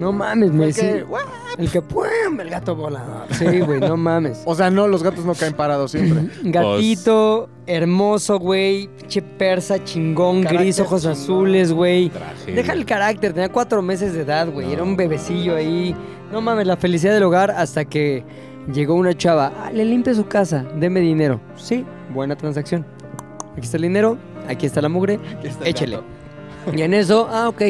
No mames, me Porque, sí. güey, El que ¡pum! el gato volador. Sí, güey, no <laughs> mames. O sea, no, los gatos no caen parados siempre. Gatito, hermoso, güey. Pinche persa, chingón, Carácter gris, ojos chingón. azules, güey. Traje. Deja el carácter, tenía cuatro meses de edad, güey. No, Era un bebecillo ahí. No mames, la felicidad del hogar hasta que llegó una chava. "Ah, le limpia su casa, deme dinero. Sí, buena transacción. Aquí está el dinero, aquí está la mugre, aquí está el échele. gato. Y en eso, ah, ok,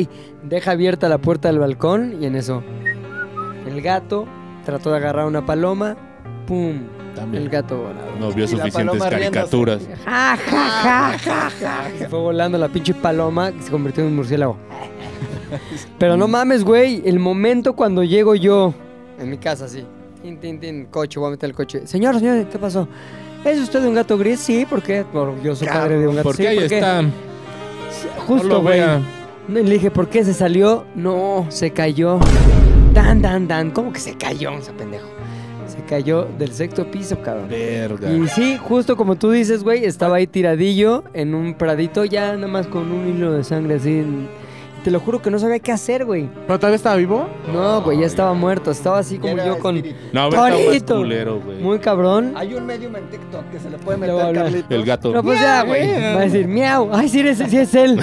deja abierta la puerta del balcón y en eso, el gato trató de agarrar una paloma, pum, También. el gato volaba. No vio Y la suficientes paloma riéndose. caricaturas. Ja, ja, ja, ja, ja. Se fue volando la pinche paloma que se convirtió en un murciélago. Pero no mames, güey. El momento cuando llego yo en mi casa, así. Tin, tin, tin, coche, voy a meter el coche. Señor, señor, ¿qué pasó? ¿Es usted un gato gris? Sí, ¿por qué? Por- yo soy padre de un gato Porque sí, ahí ¿por qué? está. no Justo, lo güey. vea. No, y Le dije, ¿por qué se salió? No, se cayó. Dan, dan, dan. ¿Cómo que se cayó, ese pendejo? Se cayó del sexto piso, cabrón. Verga. Y sí, justo como tú dices, güey, estaba ahí tiradillo en un pradito, ya nada más con un hilo de sangre así. en- y te lo juro que no sabía qué hacer, güey. ¿Pero todavía estaba vivo? No, güey, ya estaba muerto. Estaba así como Era yo con. espíritu. No, a ver, está más Torito. culero, güey. Muy cabrón. Hay un medium en TikTok que se le puede Le voy a meter, hablar. Carlitos. El gato. No, pues ya, güey. Va a decir, miau. Ay, sí, eres, sí es él.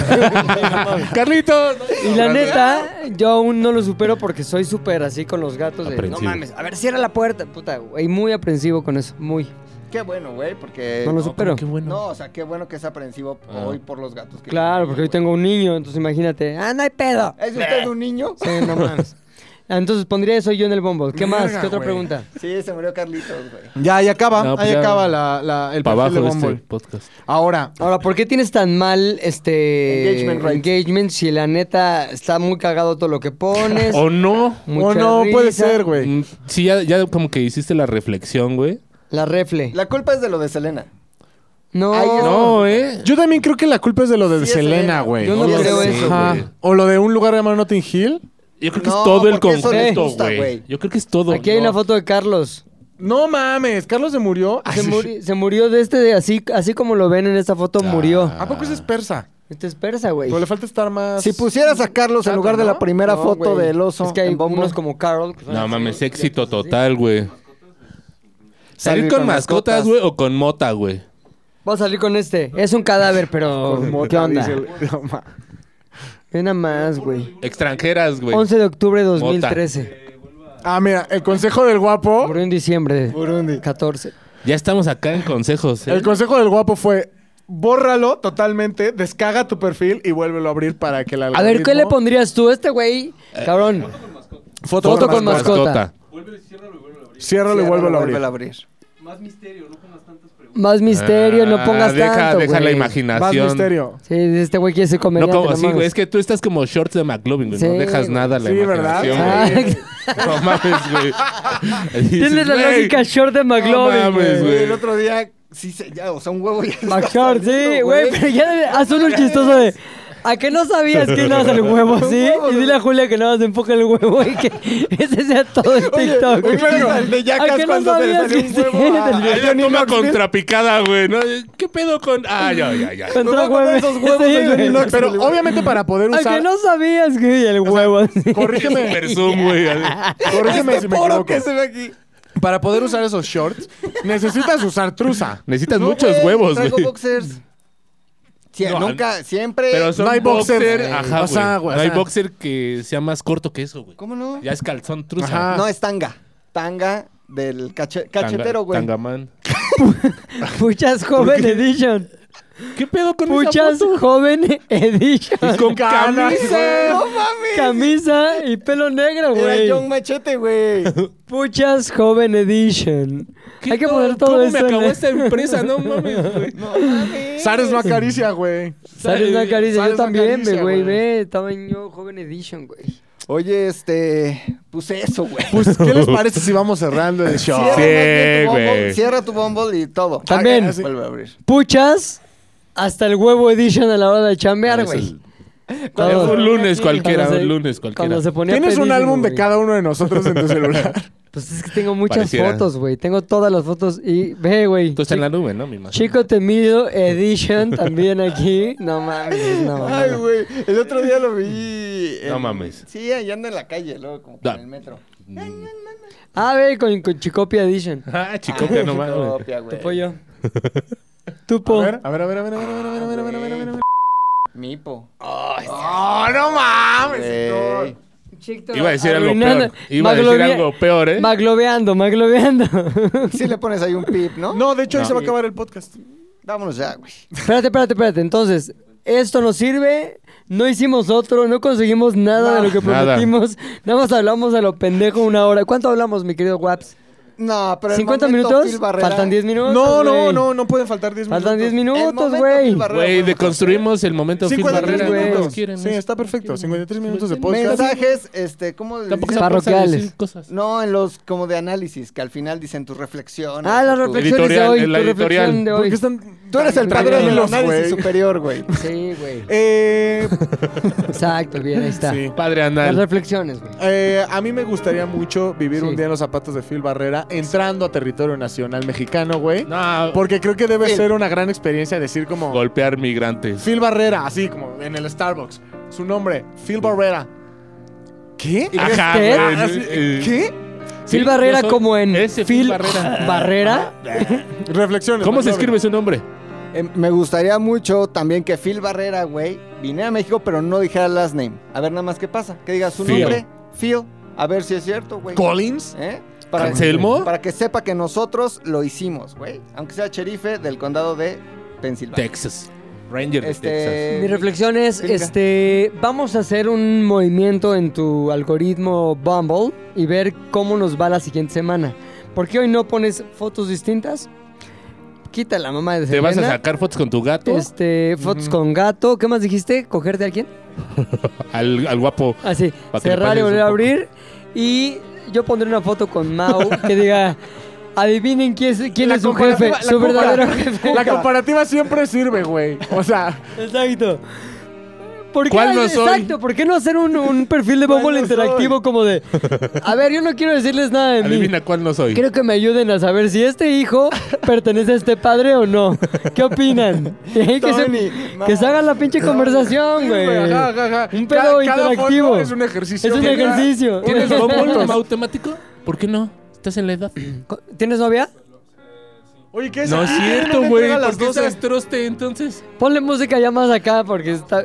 <laughs> ¡Carlitos! Y la neta, yo aún no lo supero porque soy súper así con los gatos. De, no Aprensivo. mames, a ver, cierra la puerta. Puta, güey, muy aprensivo con eso, muy. Qué bueno, güey, porque... No lo supero. Qué bueno. No, o sea, qué bueno que es aprensivo Ah. hoy por los gatos. que- Claro, porque hoy tengo un niño, entonces imagínate. Ah, no hay pedo. ¿Es usted un niño? Sí, no mames. Ah, <laughs> Entonces pondría eso yo en el bombo. ¿Qué más? Verga, ¿Qué otra güey. pregunta? Sí, se murió Carlitos, güey. Ya, ahí acaba. No, pues ahí ya. acaba la, la- el Para perfil de abajo de Bumble. este podcast. Ahora, Ahora, ¿por qué tienes tan mal este Engagement rate. engagement si la neta está muy cagado todo lo que <laughs> pones? ¿O no? mucha o Oh, no puede risa? ser, güey. Mm, Sí, ya, ya como que hiciste la reflexión, güey. La refle. La culpa es de lo de Selena. No, Ay, No, ¿eh? Yo también creo que la culpa es de lo de Sí, es Selena, Selena. güey. Yo no lo creo sé, eso, güey. Ajá. O lo de un lugar llamado Notting Hill. Yo creo que No, es todo el porque eso le conjunto, gusta, güey. güey. Yo creo que es todo. aquí hay una foto de Carlos. No mames, Carlos se murió. Se, muri- se murió de este, de así, así como lo ven en esta foto, murió. ¿A poco ese es persa? Este es persa, güey. Pero le falta estar más. Si pues pusieras a Carlos en Chato, lugar de ¿no? la primera Ah, No, foto güey. del oso Es que hay en Bumble, unos <laughs> como Carl. que son No así. mames, éxito total, güey. Salir con, mascotas, mascotas. güey, o con mota, güey. Voy a salir con este. Es un cadáver, pero. ¿Qué onda? <laughs> Dice, güey. No ma- Ve nada más, güey. Extranjeras, güey. 11 de octubre de 2013. Ah, mira, el consejo del guapo. Murió en diciembre. Burundi. 14. Ya estamos acá en consejos. ¿eh? El consejo del guapo fue. Bórralo totalmente, descarga tu perfil y vuélvelo a abrir para que la. A ver, ¿qué le pondrías tú a este güey? Cabrón. Foto, Foto con mascota. mascota. Ciérralo y vuélvelo a abrir. vuélvelo a abrir. Más misterio, no Ah, pongas deja, tanto, Deja la güey. Más imaginación. misterio. Sí, este güey quiere ser No, comediante. como, no sí, güey, mames. es que tú estás como shorts de McLovin, güey. Sí, no dejas güey. nada a la Sí, ¿verdad? imaginación, <laughs> <laughs> Ah, güey. No <laughs> mames, güey. Tienes Dices, la güey, lógica short de No McLovin, mames, güey. Güey, güey. el otro día, sí, se, ya, o sea, un huevo ya está McShort, sí, saliendo, güey, pero ya haz uno chistoso de. ¿A que no sabías que no vas el huevo, <laughs> sí? Y dile a Julia que no vas a empujar el huevo y que <laughs> ese sea todo el TikTok. oye, claro, el de Jackass ¿A que no cuando se le sabías <laughs> salió que un sí? huevo? Ah, Del- Ahí la toma contrapicada, güey. ¿no? ¿Qué pedo con...? Ah, ya, ya, ya. Contra Con huevo. esos huevos Sí, de Johnny güey. Knoxville, Pero güey. obviamente para poder ¿A usar. que no sabías que el huevo? así? <laughs> Corrígeme, Super zoom, güey. <laughs> corrígeme si Este me poro equivoco. que se ve aquí. Para poder usar esos shorts, necesitas usar trusa. Necesitas No, muchos güey, huevos, Traigo güey. boxers. Sie- No, nunca, siempre. Pero son No hay boxer, boxer, güey. ajá, O sea, güey. güey, o No hay sea. boxer que sea más corto que eso, güey. ¿Cómo no? Ya es calzón trusa. Ajá. No, es tanga. Tanga del cache- Ah. Tanga- cachetero, güey. Tangamán. Puchas Joven Edition. ¿Qué pedo con Puchas Joven Edition. Y con Canas, camisa. ¡No mames! Camisa y pelo negro, Era güey. John Machete, güey. Puchas Joven Edition. ¿Qué Hay que pedo? poner todo ¿Cómo eso. me en acabó el- esta empresa? No mames, güey. Sares no acaricia, güey. <laughs> Sale una caricia, yo Sales una también, caricia, güey, güey. ve, tamaño joven edition, güey. Oye, este. Pues eso, güey. Pues, ¿qué les parece si vamos cerrando el show? <laughs> Cierra más bien tu güey. Bumble, Cierra tu Bumble y todo. También. Ah, sí. Vuelve a abrir. Puchas hasta el huevo edition a la hora de chambear, güey. Ah, Es Todo. un lunes cualquiera, Cuando se- un lunes cualquiera. Cuando se ponía Tienes un pedísimo, álbum de güey. cada uno de nosotros en tu celular. Pues es que tengo muchas Pareciera. fotos, güey. Tengo todas las fotos y ve, güey. Tú estás en Chi- la nube, ¿no? Mi madre. Chico temido edition también aquí. No mames, es una Ay, mamada. güey. El otro día lo vi. en- No <laughs> mames. Sí, ahí anda en la calle, luego, como que Da- en el metro. Ah, ve con, con Chicopia edition. Ah, chicopia no mames. güey. Copia, güey. Tupo yo. Tupo. A ver, a ver, a ver, a ver, a ver, a ver, a ver, a ver, a ver, a ver, a ver. Mipo. Ah, ¡Oh, no mames! Güey. Chicto- Iba a decir algo arruinando- peor. Iba a decir Maglovia- algo peor, ¿eh? Maglobeando, maglobeando. Sí le pones ahí un pip, ¿no? No, de hecho, ahí se va a acabar el podcast. Vámonos ya, güey. <laughs> Espérate, espérate, espérate. Entonces, esto nos sirve. No hicimos otro, no conseguimos nada de lo que Nada. prometimos. Nada más hablamos a lo pendejo una hora. ¿Cuánto hablamos, mi querido Waps? No, pero el ¿50 momento minutos? Phil Barrera- Faltan 10 minutos. No, no, güey. no, no pueden faltar 10 minutos. Faltan 10 minutos, momento güey. Phil Barrera, Güey, vamos a deconstruimos el momento Phil 53 Barrera, güey. ¿no? minutos. Nos quieren, Sí, ¿no? está perfecto. 53 minutos de hacer. podcast. Mensajes, este, ¿cómo le Tampoco dicen? se Par- pasan Parroquiales. decir cosas. No, en los como de análisis, que al final dicen tus reflexiones. Ah, las tu- reflexiones de Editorial, hoy. en la tu reflexión editorial. de ¿Por hoy. qué están Tú eres el padre del Tranquilos, análisis güey. superior, <laughs> güey. Sí, güey. <laughs> Eh, Exacto, bien, ahí está. sí. Padre Las anal. reflexiones, güey. Eh, a mí me gustaría mucho vivir Sí. un día en los zapatos de Phil Barrera entrando a territorio nacional mexicano, güey. No, Porque creo que debe ser una gran experiencia decir como golpear migrantes. Phil Barrera, así como en el Starbucks. Su nombre, Phil Barrera. ¿Qué? <laughs> Ajá, ¿Qué? güey, Ah, sí, eh, ¿Qué? sí, Phil Barrera yo soy como en ese Phil Phil Barrera. Ah, Barrera. Reflexiones. ¿Cómo se McLovin. escribe su nombre? Eh, me gustaría mucho también que Phil Barrera, güey, viniera a México, pero no dijera last name. A ver nada más qué pasa. Que diga su Phil. nombre, Phil. A ver si es cierto, güey. Collins. ¿Eh? ¿Anselmo? Para que sepa que nosotros lo hicimos, güey. Aunque sea sherife del condado de Pensilvania. Texas. Ranger de Texas. Este, Mi reflexión es, Venga. este, vamos a hacer un movimiento en tu algoritmo Bumble y ver cómo nos va la siguiente semana. ¿Por qué hoy no pones fotos distintas? Quita la mamá de ¿Te vas a Selena. sacar fotos con tu gato? Este, fotos con gato. ¿Qué más dijiste? ¿Cogerte a alguien? Al, al guapo. Así, Pa' que le Ah, cerrar y pases volver a un poco. abrir. Y yo pondré una foto con <laughs> Mau que diga, adivinen quién es, quién La es su jefe, comparativa- la su verdadero compara- jefe. <laughs> La comparativa siempre sirve, güey. O <laughs> sea, Exacto. ¿Por qué, ¿Cuál no soy? Exacto, ¿por qué no hacer un, un perfil de Bumble no soy? interactivo como de... A ver, yo no quiero decirles nada de mí. Adivina cuál no soy. Quiero que me ayuden a saber si este hijo pertenece a este padre o no. ¿Qué <laughs> opinan? Y ahí que, se, Tony, que se haga la pinche conversación, güey. ajá, ajá, ajá. Un pedo Ca- cada foto interactivo. Es un ejercicio. Es un ¿Tienes- ejercicio. ¿Tienes los ¿Cómo? puntos? ¿Automático? ¿Por qué no? ¿Estás en la edad? ¿Tienes novia? Oye, ¿qué es? No es Ah, cierto, me güey. entrega a las ¿Por qué 12. estás troste entonces? Ponle música ya más acá porque está...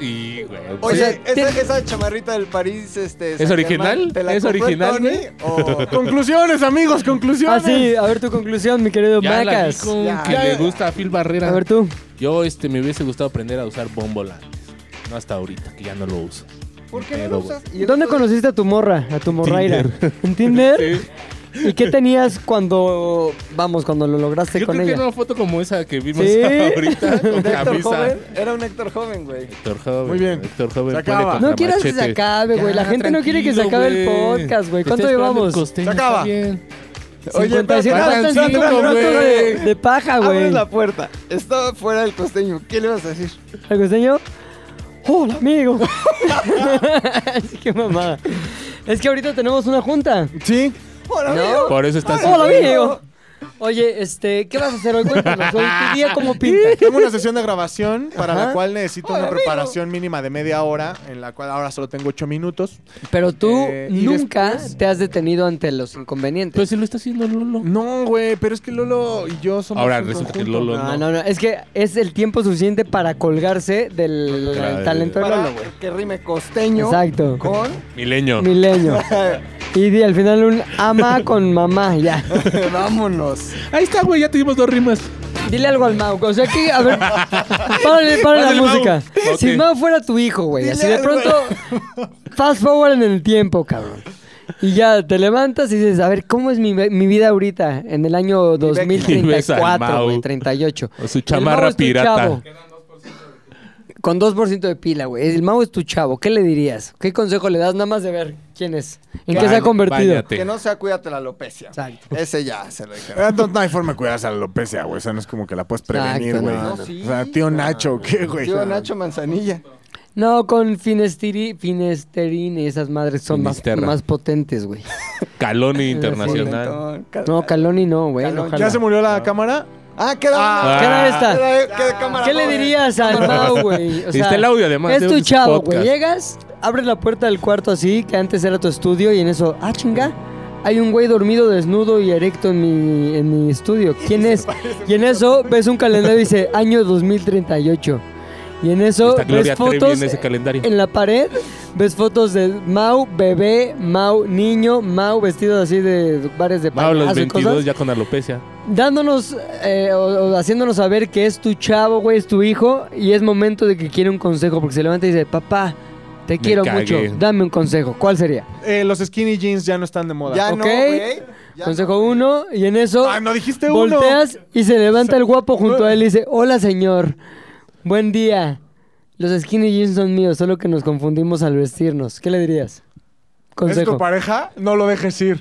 Y, güey. pues, Oye, sea, esa, tiene- esa chamarrita del París, este. Saint-Germain, original? ¿te la ¿Es compró el original, Tony? güey? <laughs> O- Conclusiones, amigos, Ah, conclusiones. sí, a ver tu conclusión, mi querido Ya la Macas. dijo Ya. que Ya. le gusta a Phil Barrera. A ver tú. Yo este, me hubiese gustado aprender a usar Bumble antes. No hasta ahorita, que ya no lo uso. ¿Por qué no Pero, lo güey. usas? Y ¿Dónde entonces- conociste a tu morra, a tu morraira? ¿En Tinder? ¿Y qué tenías cuando, vamos, cuando lo lograste Yo con creo ella? que era una foto como esa que vimos ¿Sí? <laughs> <laughs> ahorita con de Héctor camisa. joven? Era un Héctor joven, güey. Héctor Joven. Muy bien. Héctor Joven. Se pone acaba. contra No quieras que se machete. acabe, güey. La Ya, gente no quiere que se tranquilo, acabe el güey. Pues podcast, güey. Te ¿Cuánto estoy esperando llevamos? el costeño, Se acaba. está bien. Oye, pero 57 espérate, minutos espérate, de, güey. de paja, Abre Ah, güey. la puerta. Estaba fuera del costeño. ¿Qué le vas a decir? ¿El costeño? ¡Hola, ¡Oh, <laughs> amigo! <laughs> Así que mamada. Es que ahorita tenemos una junta. Sí. Hola, amigo. Por eso estás. ¡Hola, amigo! Oye, este, ¿qué vas a hacer hoy? Cuéntanos, hoy tu día cómo pinta. Tengo una sesión de grabación para la Ajá. cual necesito una preparación mínima de media hora, en la cual ahora solo tengo ocho minutos. Pero tú Eh, y nunca después- te has detenido ante los inconvenientes. Pues si lo está haciendo Lolo. No, güey, pero es que Lolo y yo somos. Ahora un resulta que conjunto. Lolo No, no. no, no. Es que es el tiempo suficiente para colgarse del Claro. talento de Para Lolo, güey. que rime costeño Exacto. con Milenio. Milenio. Y di, al final un ama con mamá, ya. vámonos. Ahí está, güey. Ya tuvimos dos rimas. Dile algo al Mau. O sea, que, a ver, <laughs> párale, párale la Pásale, Mau. música. Ok. Si Mau fuera tu hijo, güey, así Dile de pronto, fast forward en el tiempo, cabrón. Y ya te levantas y dices, a ver, ¿cómo es mi, ve- mi vida ahorita en el año Y ves al 2034, Mau. güey, 38? O su El chamarra Mau es tu pirata. chavo. Con 2% de pila, güey. El Mau es tu chavo. ¿Qué le dirías? ¿Qué consejo le das nada más de ver quién es? ¿En qué se ha Baña- convertido? báñate. Que no sea cuídate la alopecia. Exacto. Ese ya se lo dijeron. Ah, No, no hay forma de cuidarse a la alopecia, güey. O sea, no es como que la puedes prevenir, Exacto, güey. no, no. O sea, tío Nacho, ¿qué, güey? Tío Nacho Manzanilla. No, con finestiri, finesterín y esas madres son más, Finisterra. más potentes, güey. Caloni Internacional. Mentón, cal- No, Caloni no, güey. Caloni. ojalá. ¿Ya se murió la cámara? Ah, queda Ah. ¿Qué era una. esta? Queda, queda cámara. ¿Qué le joven. dirías al Mau, güey? Y está el audio, además, Es de tu un chavo, güey. podcast. Llegas, abres la puerta del cuarto así, que antes era tu estudio, y en eso, ah, chinga, hay un güey dormido, desnudo y erecto en mi, en mi <laughs> estudio. ¿Quién es? Y en eso ves un calendario y dice, año 2038. Y en eso Está ves Gloria Trevi fotos en ese calendario. en la pared ves fotos de Mau bebé, Mau niño, Mau vestido así de bares de Mau, los payaso y 22 cosas, ya con alopecia. dándonos eh, o, o haciéndonos saber que es tu chavo, güey, es tu hijo y es momento de que quiere un consejo porque se levanta y dice, "Papá, te quiero cagué. mucho, dame un consejo." ¿Cuál sería? Eh, los skinny jeans ya no están de moda. Ya Ok. no, güey. Ya consejo uno y en eso Ah, no dijiste uno. volteas y se levanta el guapo junto a él y dice, "Hola, señor. Buen día." Los skinny jeans son míos, solo que nos confundimos al vestirnos. ¿Qué le dirías? ¿Es tu Consejo. pareja? No lo dejes ir.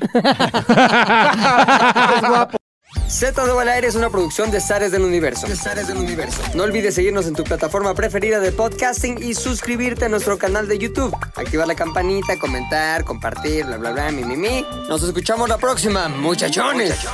Z2 al aire es una producción de Zares del Universo. del Universo. No olvides seguirnos en tu plataforma preferida de podcasting y suscribirte a nuestro canal de YouTube. Activar la campanita, comentar, compartir, bla, bla, bla, mi, mi, mi. Nos escuchamos la próxima, muchachones.